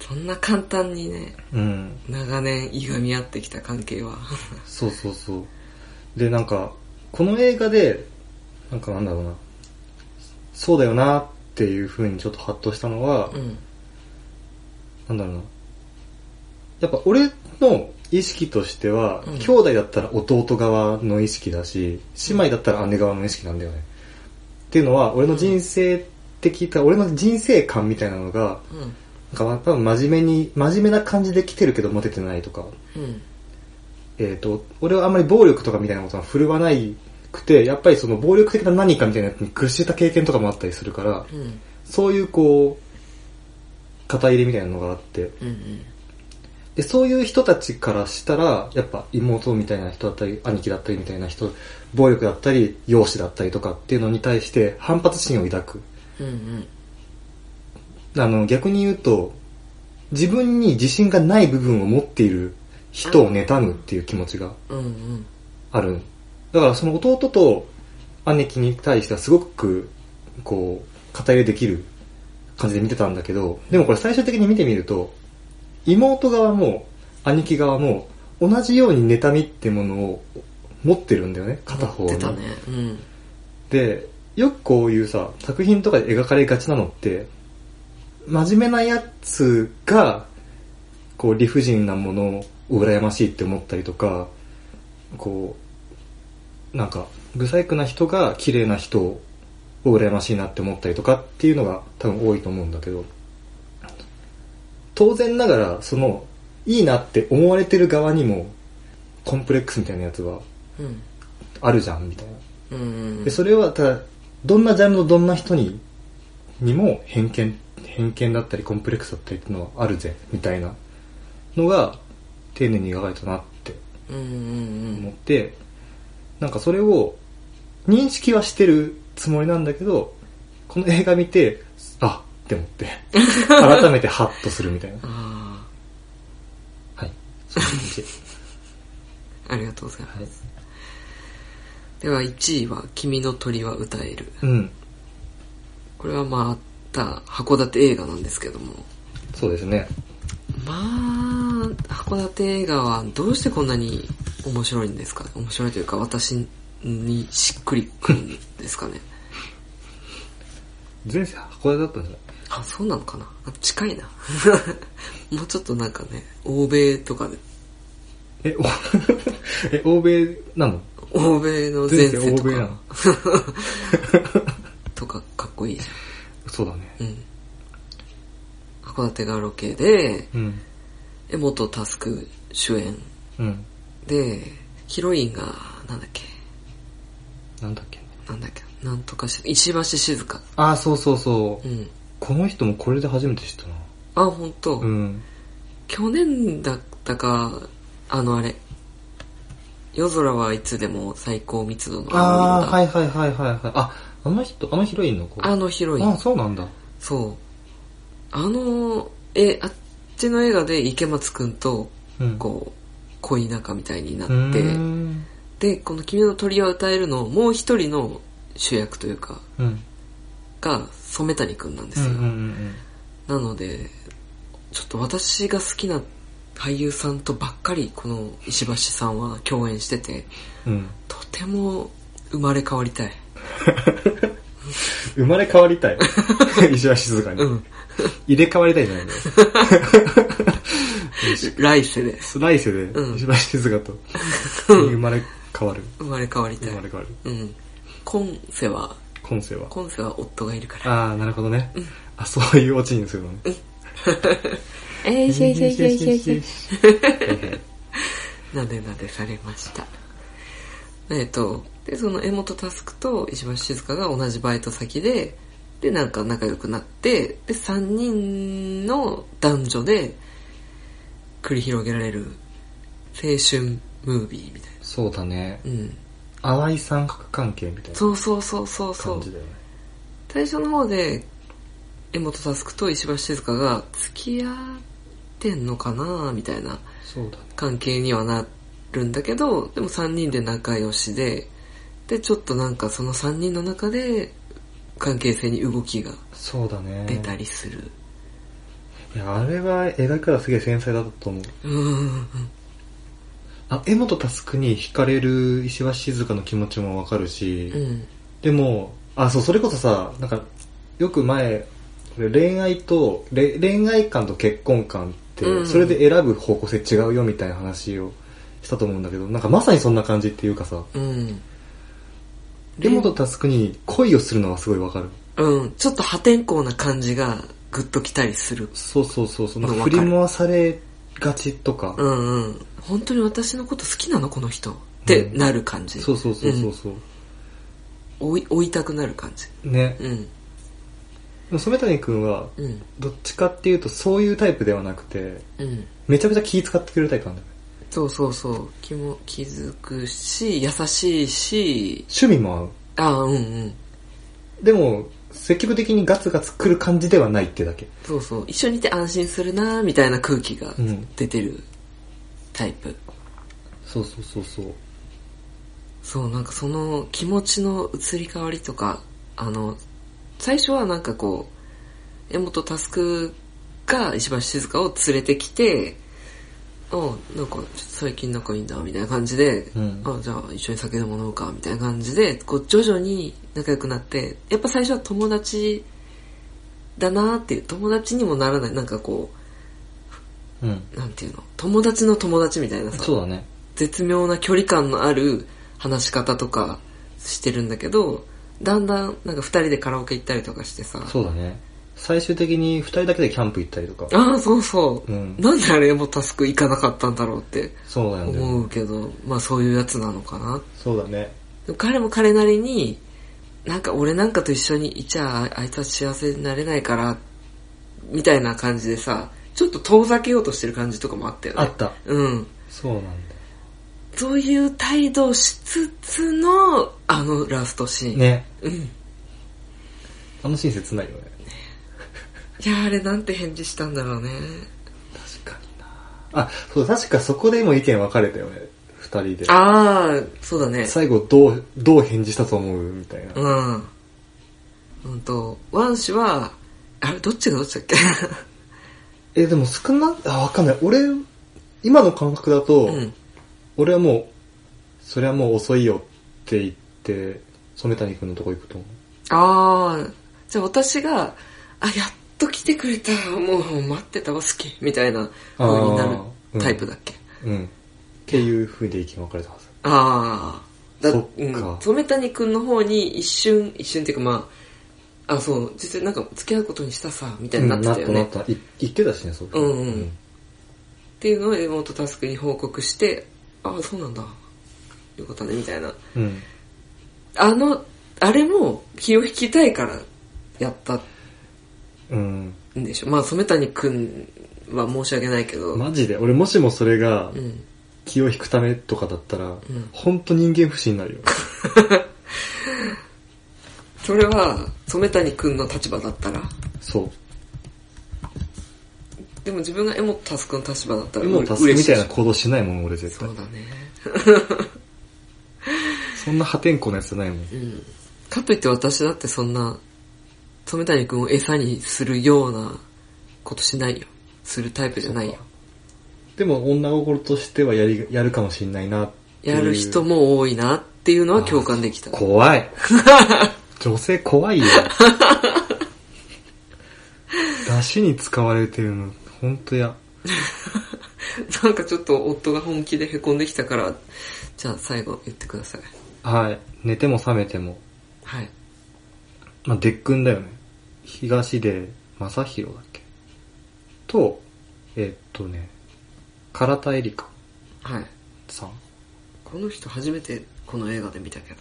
S2: そんな簡単にね
S1: て。うん。
S2: 長年いがみ合ってきた関係は
S1: そうそうそう。で、なんか、この映画で、なんかなんだろうな、そうだよなっていう風にちょっとハッとしたのは、
S2: うん
S1: なんだろうな。やっぱ俺の意識としては、
S2: うん
S1: 兄弟だったら弟側の意識だし、姉妹だったら姉側の意識なんだよね。っていうのは、俺の人生的、俺の人生観みたいなのが、
S2: うん
S1: なんか多分真面目に、真面目な感じで来てるけどモテてないとか、
S2: うん
S1: えっ、と、俺はあんまり暴力とかみたいなことは振るわないくて、やっぱりその暴力的な何かみたいなやつに屈した経験とかもあったりするから、
S2: うん
S1: そういうこう、肩入れみたいなのがあって、
S2: うんうん
S1: で、そういう人たちからしたら、やっぱ妹みたいな人だったり、兄貴だったりみたいな人、暴力だったり、容姿だったりとかっていうのに対して反発心を抱く。
S2: うん
S1: あの、逆に言うと、自分に自信がない部分を持っている人を妬むっていう気持ちが
S2: うんうんうん
S1: ある。だからその弟と姉貴に対してはすごく、こう、肩入れできる感じで見てたんだけど、でもこれ最終的に見てみると、妹側も兄貴側も同じように妬みってものを持ってるんだよね、片方
S2: 持
S1: に
S2: ってたねうん
S1: で、よくこういうさ、作品とかで描かれがちなのって、真面目なやつが、こう理不尽なものを羨ましいって思ったりとか、こう、なんか、不細工な人が綺麗な人を羨ましいなって思ったりとかっていうのが多分多いと思うんだけど、当然ながら、その、いいなって思われてる側にも、コンプレックスみたいなやつは
S2: うん
S1: あるじゃん、みたいな。
S2: うんうん
S1: でそれはただどんなジャンルのどんな人ににも偏見偏見だったりコンプレックスだったりってのはあるぜみたいなのが丁寧に描かれたなって
S2: うんうんう
S1: 思っ
S2: ん
S1: てなんかそれを認識はしてるつもりなんだけどこの映画見てあって思って改めてハッとするみたい な
S2: あ
S1: はいそういう感じ
S2: あありがとうございます
S1: はい
S2: では1位は「君の鳥は歌える
S1: うん」
S2: これはまああった函館映画なんですけども
S1: そうですね
S2: まあ函館映画はどうしてこんなに面白いんですか面白いというか私にしっくりくるんですかね
S1: 前世函館だったんじゃない
S2: あそうなのかなあ近いな もうちょっとなんかね欧米とかで
S1: えお え欧米なの
S2: 欧米の前世
S1: 前世
S2: と
S1: 欧米なの
S2: か とかかっこいいじ
S1: そうだね
S2: ゃんうん函館がロケで
S1: うん
S2: 江本佑主演
S1: うん
S2: でヒロインがなんだっけ
S1: なんだっけ
S2: なんだっけなんとかし石橋静香
S1: ああ、そうそうそう
S2: う。ん
S1: この人もこれで初めて知ったな。
S2: あ本当、
S1: うん。
S2: 去年だったかあのあれ夜空はいつでも最高密度の
S1: ああ、
S2: 青色だ
S1: はいはいはいはいはい。あ、あの人、あのヒロインの子。
S2: あのヒロイ
S1: あ
S2: ン
S1: そうなんだ。
S2: そうあのえあっちの映画で池松くんと
S1: うん。
S2: こう恋仲みたいにな
S1: うー
S2: って
S1: ん。
S2: でこの「君の鳥は歌えるの」もう一人の主役というか
S1: うん。
S2: が染谷くんなんで
S1: うん。う
S2: すよ、
S1: ん。
S2: なので、ちょっと私が好きな俳優さんとばっかりこの石橋さんは共演してて、
S1: うんうん。
S2: とても生まれ変わりたい。
S1: 生まれ変わりたい。 石橋静香に。
S2: うん。
S1: 入れ替わりたいじゃないの。
S2: 来世で
S1: 来世で
S2: うん
S1: 石橋静香とに生まれ変わる。
S2: 生まれ変わりたい
S1: 生ま。れ変わる。
S2: うん。今世は、
S1: 今世は。
S2: 今世は夫がいるから。
S1: ああ、なるほどね。あ、そういうオチにするのね。
S2: えいしょいしょいしょいしょい しょい。
S1: はい
S2: なでなでされました。えっと、で、その江本佑と石橋静香が同じバイト先で、で、なんか仲良くなって、で、3人の男女で繰り広げられる青春ムービーみたい
S1: そうだね。
S2: な。うん。
S1: 淡い三角関係みたいな
S2: そうそうそうそうそ
S1: 感
S2: う
S1: じ。だよね。
S2: 最初の方で、江本佑と石橋静香が付き合ってんのかなみたいな。
S1: そうだね。
S2: 関係にはなるんだけどでも3人で仲良しででちょっとなんかその3人の中で関係性に動きが
S1: そうだね。
S2: 出たりする、
S1: いや、あれは描くらすげえ繊細だったと思う。
S2: うんうんうん
S1: あ、江本佑に惹かれる石橋静香の気持ちもわかるし、
S2: うん
S1: でも、あ、そう、それこそさ、なんか、よく前、俺恋愛と、れ恋愛観と結婚観って、
S2: うん
S1: それで選ぶ方向性違うよみたいな話をしたと思うんだけど、なんかまさにそんな感じっていうかさ、
S2: うん
S1: 江本佑に恋をするのはすごいわかる。
S2: うんちょっと破天荒な感じがグッときたりする
S1: そうそうそうそう、なん
S2: わ
S1: か
S2: か
S1: 振
S2: る
S1: り回されがちとか、
S2: うんうん本当に私のこと好きなのこの人ってなる感じ、
S1: そうそうそうそうそう、
S2: 追い追いたくなる感じ
S1: ね。
S2: うん
S1: でも染谷くんは、
S2: うん
S1: どっちかっていうとそういうタイプではなくて、
S2: うん
S1: めちゃくちゃ気使ってくれるタイプなんだよね。
S2: そうそうそう気も気づくし優しいし
S1: 趣味も合
S2: ああ、うんうん。
S1: う。でも、積極的にガツガツ来る感じではないってだけ。
S2: そうそう、一緒にいて安心するなーみたいな空気が
S1: うん
S2: 出てるタイプ。
S1: そうそうそうそう。
S2: そう、なんかその気持ちの移り変わりとか、あの、最初はなんかこう、江本佑が石橋静香を連れてきて、あなんかちょっと最近仲いいんだ、みたいな感じで、
S1: うん
S2: あじゃあ一緒に酒でも飲むか、みたいな感じで、こう徐々に仲良くなって、やっぱ最初は友達だなーっていう、友達にもならない、なんかこ
S1: うん。
S2: う、なんていうの、友達の友達みたいなさ、
S1: そうだね。
S2: 絶妙な距離感のある話し方とかしてるんだけど、だんだんなんか二人でカラオケ行ったりとかしてさ。
S1: そうだね。最終的に二人だけでキャンプ行ったりとか。
S2: ああ、そうそう。
S1: うん
S2: なんであれもタスク行かなかったんだろうって
S1: そうなんだよ
S2: 思
S1: ね。
S2: うけど、まあそういうやつなのかな。
S1: そうだね。
S2: でも彼も彼なりに、なんか俺なんかと一緒にいちゃああいつは幸せになれないから、みたいな感じでさ、ちょっと遠ざけようとしてる感じとかもあったよね。
S1: あった。
S2: うん。
S1: そうなんだよ。
S2: そういう態度をしつつの、あのラストシーン。
S1: ね。
S2: うん。
S1: あの親切ないよね。
S2: いや、あれなんて返事したんだろうね。
S1: 確かになあ、そう、確かそこでも意見分かれたよね。二人で。
S2: ああ、そうだね。
S1: 最後どう、どう返事したと思うみたいな。
S2: うん。うんと、ワン氏は、あれ、どっちがどっちだっけ
S1: え、でも少な、あ、わかんない。俺、今の感覚だと、
S2: うん。
S1: 俺はもう、それはもう遅いよって言って、染谷君のとこ行くと思う。
S2: ああ、じゃあ私が、あ、やっと来てくれた。もう待ってたわ、好き。みたいな風にな
S1: あーう
S2: る
S1: ん
S2: タイプだっけ。
S1: うん。っていう風で意見分かれたはず。
S2: ああ。だ
S1: そっか
S2: うん。染谷くんの方に一瞬、一瞬っていうかまあ、あ、そう、実際なんか付き合うことにしたさ、みたいになってたよね。
S1: うんなったなった。い言ってたしね、そう
S2: うんうんっていうのをエモートタスクに報告して、ああ、そうなんだ。よかったね、みたいな。
S1: うん。うん。
S2: あの、あれも気を引きたいからやった
S1: うん。
S2: んでしょ。まあ、染谷くんは申し訳ないけど。
S1: マジで、俺もしもそれが
S2: う、ん。
S1: 気を引くためとかだったら、
S2: ん
S1: ほんと人間不信になるよ。
S2: それは、染谷くんの立場だったら。
S1: そう。
S2: でも自分がエモタスクの立場だったら、
S1: 今のタスクみたいな
S2: 嬉し
S1: 行動しないもん、俺絶
S2: そ
S1: 対
S2: う。だね。
S1: そんな破天荒なやつじゃないもん。
S2: うん。かといって私だってそんな、染谷くんを餌にするようなことしないよ。するタイプじゃないよ。
S1: でも女心としてはやり、やるかもしんないなっていう
S2: やる人も多いなっていうのは共感できた。
S1: 怖 い。女性怖 いよ。出汁に使われてるの、ほんとや。
S2: なんかちょっと夫が本気で凹んできたから、じゃあ最後言ってください。
S1: はい。寝ても覚めても。
S2: はい。
S1: まあ、デックンだよね。東出正宏だっけと、えっとね、唐田エリカ
S2: はい。
S1: さん。
S2: この人初めてこの映画で見たけど。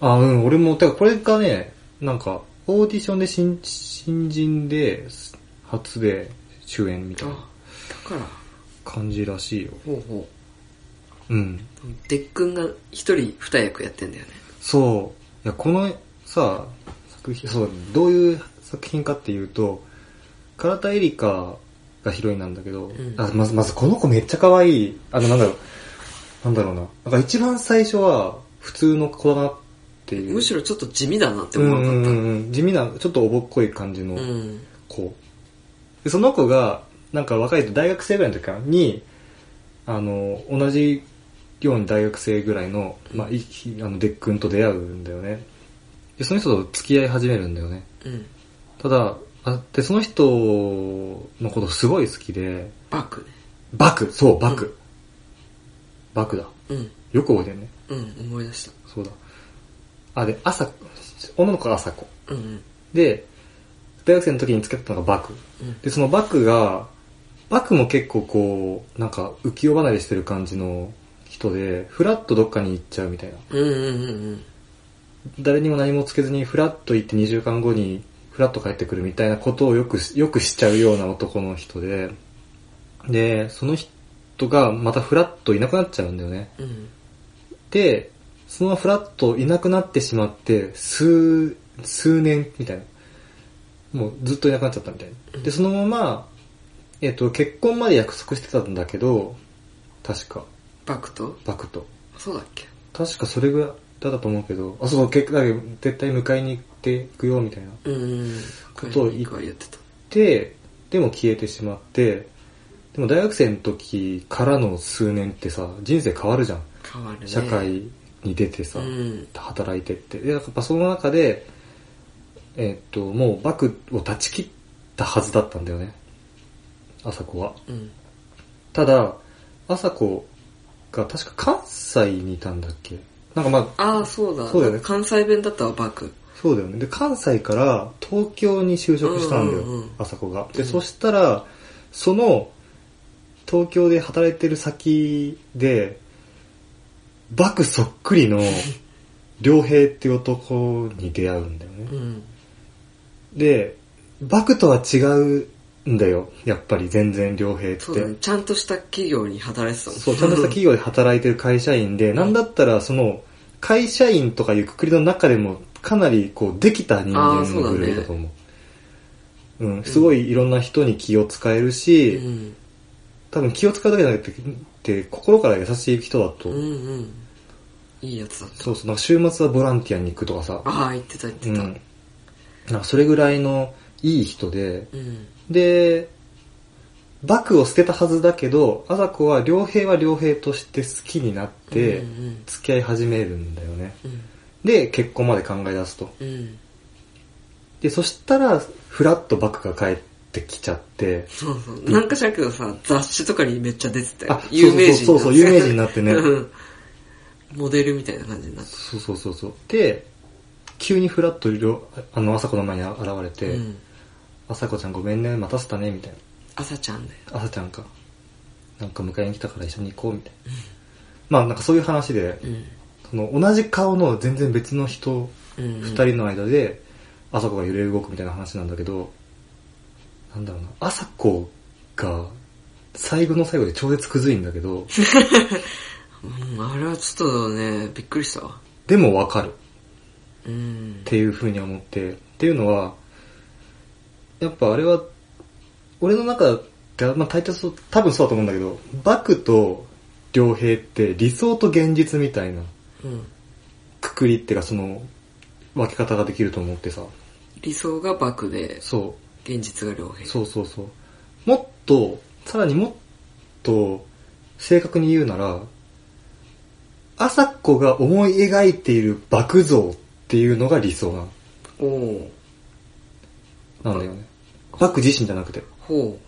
S1: あ、うん、俺も、てかこれがね、なんか、オーディションで新新人で、初で主演みたいな
S2: あ、だから、
S1: 感じらしいよ。
S2: ほうほ
S1: うん。
S2: う。デックンが一人二役やってんだよね。
S1: そう。いや、このさ、作品、そう、どういう作品かっていうと、唐田エリカがヒロインなんだけど、
S2: ん
S1: あまず、まずこの子めっちゃ可愛い。あの、なんだろう、なんだろうな。なんか一番最初は普通の子だなっていう。
S2: むしろちょっと地味だなって
S1: うんう
S2: 思わなか
S1: ん
S2: っ
S1: うん、地味な、ちょっとおぼっこい感じの
S2: た。うん。
S1: 子。で、その子が、なんか若い大学生ぐらいの時かなに、あの、同じように大学生ぐらいの、まあ、いあの、デックンと出会うんだよね。で、その人と付き合い始めるんだよね。
S2: うん。
S1: ただ、あで、その人のことすごい好きで、
S2: バックね。
S1: バクそう、バク、バクだ。
S2: うん。
S1: よく覚えてるね。
S2: うん、思い出した。
S1: そうだ。あ、で、朝、女の子が朝子。
S2: うんうん。
S1: で、大学生の時に付き合ってたのがバク。
S2: うん
S1: で、そのバクが、バクも結構こう、なんか浮世離れしてる感じの人で、フラッとどっかに行っちゃうみたいな。
S2: うんうんうん
S1: 誰にも何もつけずにフラッと行って2週間後にフラッと帰ってくるみたいなことをよくし、よくしちゃうような男の人で、で、その人がまたフラッといなくなっちゃうんだよね。
S2: うん。うん。
S1: で、そのフラッといなくなってしまって、数数年みたいな。もうずっといなくなっちゃったみたいな。で、そのまま、えっ、と、結婚まで約束してたんだけど、確か、
S2: バクと
S1: バクと。
S2: そうだっけ
S1: 確かそれぐらいだったと思うけど、あ、そう、結だけど絶対迎えに行っていくよ、みたいな。
S2: うーん。
S1: ことを
S2: 一回やってた。
S1: で、でも消えてしまって、でも大学生の時からの数年ってさ、人生変わるじゃん。
S2: 変わるね。
S1: 社会に出て
S2: う
S1: さ、
S2: ん。
S1: 働いてって。で、やっぱその中で、えっと、もうバクを断ち切ったはずだったんだよね。朝子は。
S2: うん。
S1: ただ、朝子が確か関西にいたんだっけなんかまあ、
S2: ああ、そうだ。
S1: そうだよね
S2: 関西弁だったわ、バク。
S1: そうだよね。で、関西から東京に就職したんだよ、
S2: うんうんうん
S1: 朝子が。
S2: う
S1: で、
S2: ん
S1: そしたら、その、東京で働いてる先で、バクそっく りの、良平っていう男に出会うんだよね
S2: う。ん。
S1: で、バクとは違うんだよ。やっぱり全然良平って。
S2: そうだね。ちゃんとした企業に働いてたもん。
S1: そう、ちゃんとした企業で働いてる会社員で、なんだったらその、会社員とかいうくくりの中でも、かなりこう、できた人間
S2: あーそうだ
S1: の
S2: ね
S1: グループだと思う。うん、すごいいろんな人に気を使えるし、
S2: うん。
S1: 多分気を使うだけじゃなくて、心から優しい人だと。
S2: うんうん。いいやつだった。
S1: そうそう、なんか週末はボランティアに行くとかさ、
S2: ああ、言ってた言っ
S1: う
S2: て
S1: ん。
S2: た。
S1: なんかそれぐらいのいい人で、
S2: うん。
S1: で、バクを捨てたはずだけど、あざこは良平は良平として好きになって、
S2: うん
S1: 付き合い始めるんだよね。
S2: うん。
S1: で、結婚まで考え出すと。
S2: うん。うん。
S1: で、そしたら、フラッとバクが帰ってきちゃって、
S2: そうそう。なんかしらんけどさ、雑誌とかにめっちゃ出てたよ
S1: あ。
S2: 有名人
S1: そうそうそうそう有名人になってね
S2: うん モデルみたいな感じになって
S1: そうそうそうそう。で、急にフラッとりょあの、朝子の前に現れ
S2: た。
S1: て
S2: う、ん。
S1: 朝子ちゃんごめんね、待たせたね、みたいな。
S2: 朝ちゃんだよ。
S1: 朝ちゃんか。なんか迎えに来たから一緒に行こう、みたいな。まあ、なんかそういう話で、
S2: うん。
S1: その同じ顔の全然別の人
S2: うん。
S1: 二人の間で、朝子が揺れ動くみたいな話なんだけど、なんだろうな、朝子が、最後の最後で超絶くずいんだけど、
S2: うんあれはちょっとね、びっくりしたわ。
S1: でもわかるっ
S2: うん。
S1: ていう風に思って、っていうのは、やっぱあれは、俺の中が、まあ大体そう、多分そうだと思うんだけど、バクと良平って理想と現実みたいな
S2: うん。
S1: くくりっていうかその分け方ができると思ってさ、
S2: 理想がバクで、
S1: そう、
S2: 現実が良平。
S1: そうそうそう。もっと、さらにもっと正確に言うなら、朝子が思い描いている爆像っていうのが理想な、
S2: おお。
S1: なんだよね。バク自身じゃなくて。
S2: ほ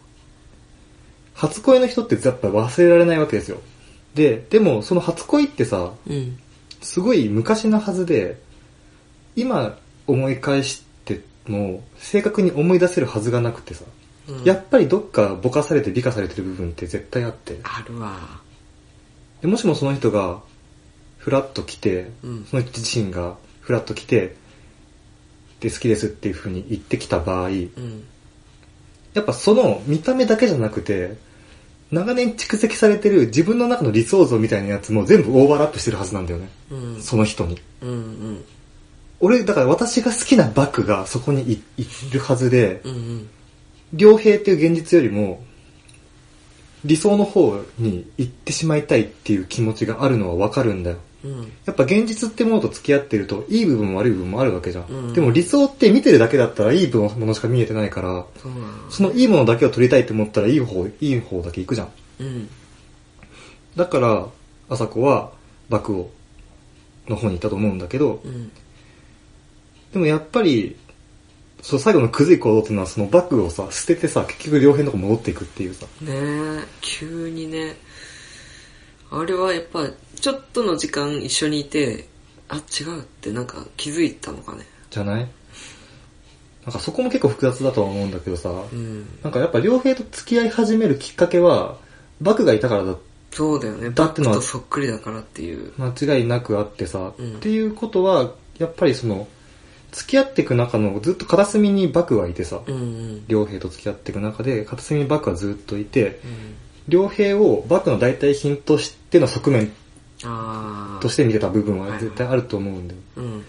S1: 初恋の人ってやっぱ忘れられないわけですよ。で、でもその初恋ってさ、
S2: う。うん。
S1: すごい昔のはずで、今思い返しても正確に思い出せるはずがなくてさ、
S2: うん
S1: やっぱりどっかぼかされて美化されてる部分って絶対あって。
S2: あるわ。
S1: でもしもその人が、フラッと来て、
S2: うん
S1: その人自身がフラッと来て、で、好きですっていう風に言ってきた場合、
S2: うん。
S1: やっぱその見た目だけじゃなくて、長年蓄積されてる自分の中の理想像みたいなやつも全部オーバーラップしてるはずなんだよね。
S2: うん。
S1: その人に。
S2: うんうん。
S1: 俺、だから私が好きなバッグがそこにいいるはずで、
S2: うんうん。
S1: 良平っていう現実よりも、理想の方に行ってしまいたいっていう気持ちがあるのはわかるんだよ。
S2: うん。
S1: やっぱ現実ってものと付き合ってると、いい部分も悪い部分もあるわけじゃん。
S2: うん
S1: でも理想って見てるだけだったら、いいものしか見えてないから、
S2: そうなの。
S1: そのいいものだけを取りたいって思ったら、いい方、いい方だけ行くじゃん。
S2: うん。
S1: だから、朝子は、幕を、の方に行ったと思うんだけど、
S2: うん。
S1: でもやっぱり、そう、最後のくずい行動っていうのは、その幕をさ、捨ててさ、結局両辺のとこ戻っていくっていうさ。
S2: ねえ、急にね。あれはやっぱ、ちょっとの時間一緒にいて、あ、違うってなんか気づいたのかね。
S1: じゃないなんかそこも結構複雑だとは思うんだけどさ、
S2: うん。
S1: なんかやっぱ両平と付き合い始めるきっかけは、幕がいたからだ
S2: そうだよね。
S1: だ
S2: バッ
S1: って
S2: ク
S1: のは
S2: とそっくりだからっていう。
S1: 間違いなくあってさ、
S2: うん
S1: っていうことは、やっぱりその、付き合っていく中のずっと片隅にバクはいてさ、
S2: うんうん。
S1: 両平と付き合っていく中で、片隅にバクはずっといて、
S2: うん。
S1: 両平をバクの代替品としての側面
S2: ああ。
S1: として見てた部分は絶対あると思うんだよ。
S2: うん。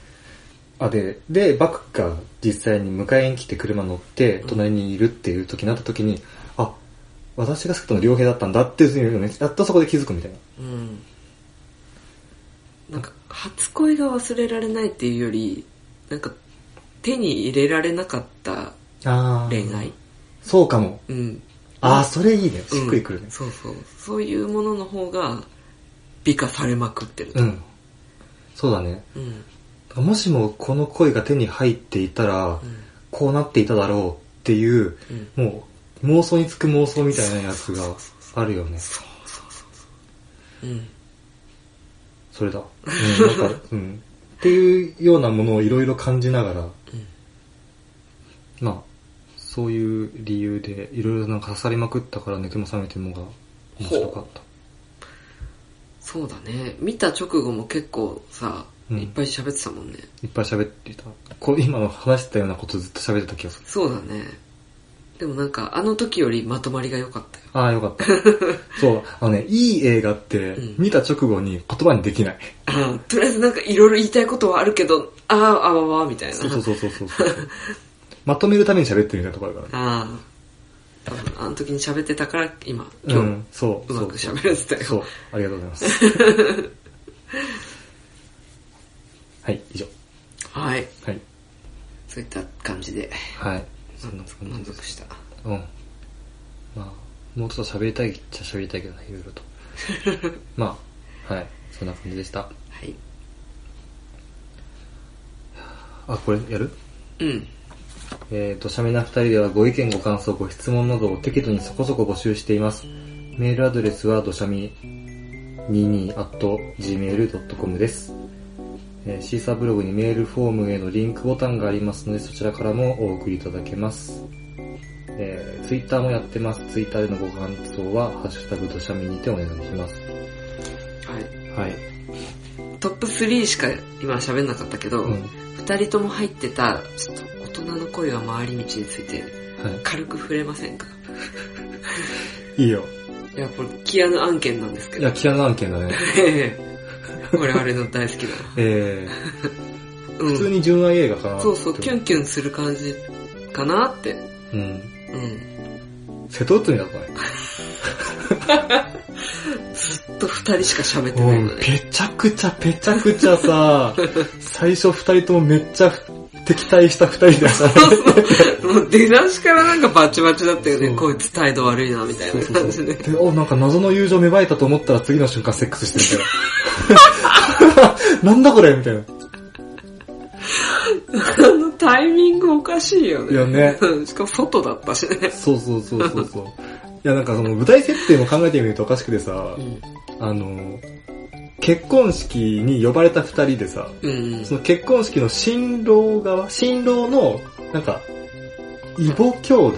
S1: あ、で、で、バクが実際に迎えに来て車乗って、隣にいるっていう時になった時に、あ、私が好きとの良平だったんだっていうのね、やっとそこで気づくみたいな。
S2: うんなんか初恋が忘れられないっていうよりなんか手に入れられなかった
S1: あ
S2: 恋愛
S1: そうかも。
S2: うん
S1: ああ、それいいね。しっくりくる
S2: う
S1: ね
S2: ん。そうそうそういうものの方が美化されまくってる
S1: うん。そうだね。
S2: うん、
S1: もしもこの恋が手に入っていたら、
S2: うん
S1: こうなっていただろうっていう、
S2: うん
S1: もう妄想につく妄想みたいなやつがあるよね。
S2: そうそうそうそううん
S1: それだ。うん、なんか、うん。っていうようなものをいろいろ感じながら、まあ、そういう理由でいろいろなんか刺さりまくったから寝ても覚めてもが面白かった。
S2: そうだね見た直後も結構さ、
S1: うん
S2: いっぱい喋ってたもんね
S1: いっぱい喋ってた。こう今の話したようなことずっと喋ってた気がする。
S2: そうだねでもなんかあの時よりまとまりが良かったよ
S1: ああ、よ かった。そう、あのね、いい映画って
S2: うん
S1: 見た直後に言葉にできない。
S2: あとりあえずなんかいろいろ言いたいことはあるけど、あーあわわみたいな。
S1: そうそうそうそうそうそう。まとめるために喋ってるみたいなとこあるからね。
S2: ああ。多分あの時に喋ってたから、今、
S1: う
S2: 今日、
S1: ん、そう。
S2: うまく
S1: そう
S2: 喋れてたよ
S1: そう、ありがとうござい ます。はい、以上。
S2: はい。
S1: はい。
S2: そういった感じで、
S1: はい。そんな
S2: 満足
S1: 感
S2: 満
S1: じです。
S2: 足した。
S1: うん。まあ、もうちょっと喋りたいっちゃ喋りたいけどね、いろい ろと。まあ、はい。そんな感じでした。
S2: はい。
S1: あ、これやる
S2: うん。
S1: えー、としゃめな二人ではご意見ご感想ご質問などを適度にそこそこ募集していますメールアドレスはどしゃみ 22.gmail.com です、えーシーサーブログにメールフォームへのリンクボタンがありますのでそちらからもお送りいただけますえー、ツイッターもやってますツイッターでのご感想は「ハッシュタグどしゃみ」にてお願いします
S2: はい。
S1: はい、
S2: トップ3しか今喋んなかったけど、
S1: うんは
S2: 二
S1: い、
S2: 人とも入ってた、ちょっと大人の恋は回り道について、軽く触れませんか
S1: いいよ
S2: いや、これ、キアヌ案件なんですけ
S1: い
S2: ど
S1: や。キアヌ案件だね
S2: 我々の大好きな。
S1: え
S2: う
S1: ー、
S2: ん
S1: 普通に純愛映画かな
S2: そうそう、キュンキュンする感じかなって。
S1: うん
S2: うん。
S1: 瀬戸内海だったね
S2: と二人しか喋って
S1: も
S2: ないの
S1: う、
S2: ね。
S1: ぺちゃくちゃぺちゃくちゃ さ、最初二人ともめっちゃ敵対した二人ださ。
S2: もう出だしからなんかバチバチだったよ
S1: そ
S2: ね。
S1: う
S2: こいつ態度悪いな、みたい
S1: そう
S2: な
S1: そ
S2: 感
S1: うそ
S2: じ
S1: う。
S2: で。
S1: で、お、なんか謎の友情芽生えたと思ったら次の瞬間セックスしてる みたいな。なんだこれみたいな。
S2: あのタイミングおかしいよ
S1: い
S2: ね。
S1: やね。
S2: うんしかも外だったしね。
S1: そうそうそうそうそう。いや、なんかその舞台設定も考えてみるとおかしくてさ
S2: う、ん。
S1: あの、結婚式に呼ばれた二人でさ、
S2: うん。
S1: その結婚式の新郎側、新郎の、なんか、異母兄弟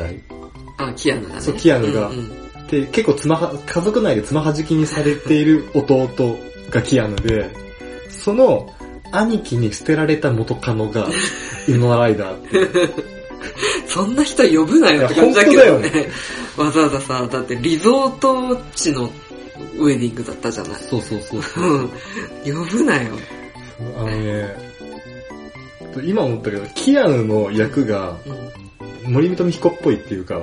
S2: あ、キアヌがね。
S1: そうキアヌが
S2: うんうん
S1: で、結構つまは、家族内でつまはじきにされている弟がキアヌで、その兄貴に捨てられた元カノが、イノライダーっていう。
S2: そんな人呼ぶなよって感じだけどね。わざわざさ、だってリゾート地のウェディングだったじゃない。
S1: そうそうそうそう。
S2: うん。呼ぶなよ。
S1: あのね、今思ったけど、キアヌの役が
S2: うん。
S1: 森見彦っぽいっていうか、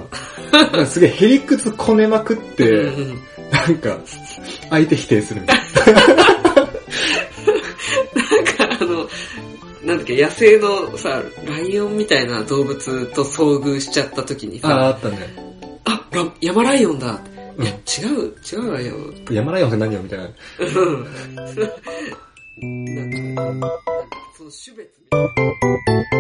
S1: なんかすげえへりくつこねまくって、
S2: うんうん
S1: なんか、相手否定するみたいな。
S2: あの、なんだっけ、野生のさ、ライオンみたいな動物と遭遇しちゃった時に
S1: ああ、
S2: さ、
S1: あったね。
S2: あ、ラヤマライオンだ。
S1: うん
S2: いや、違う、違うライオン。
S1: 山ライオンが何よみたいな。
S2: なんか、なんかその種別みたいな。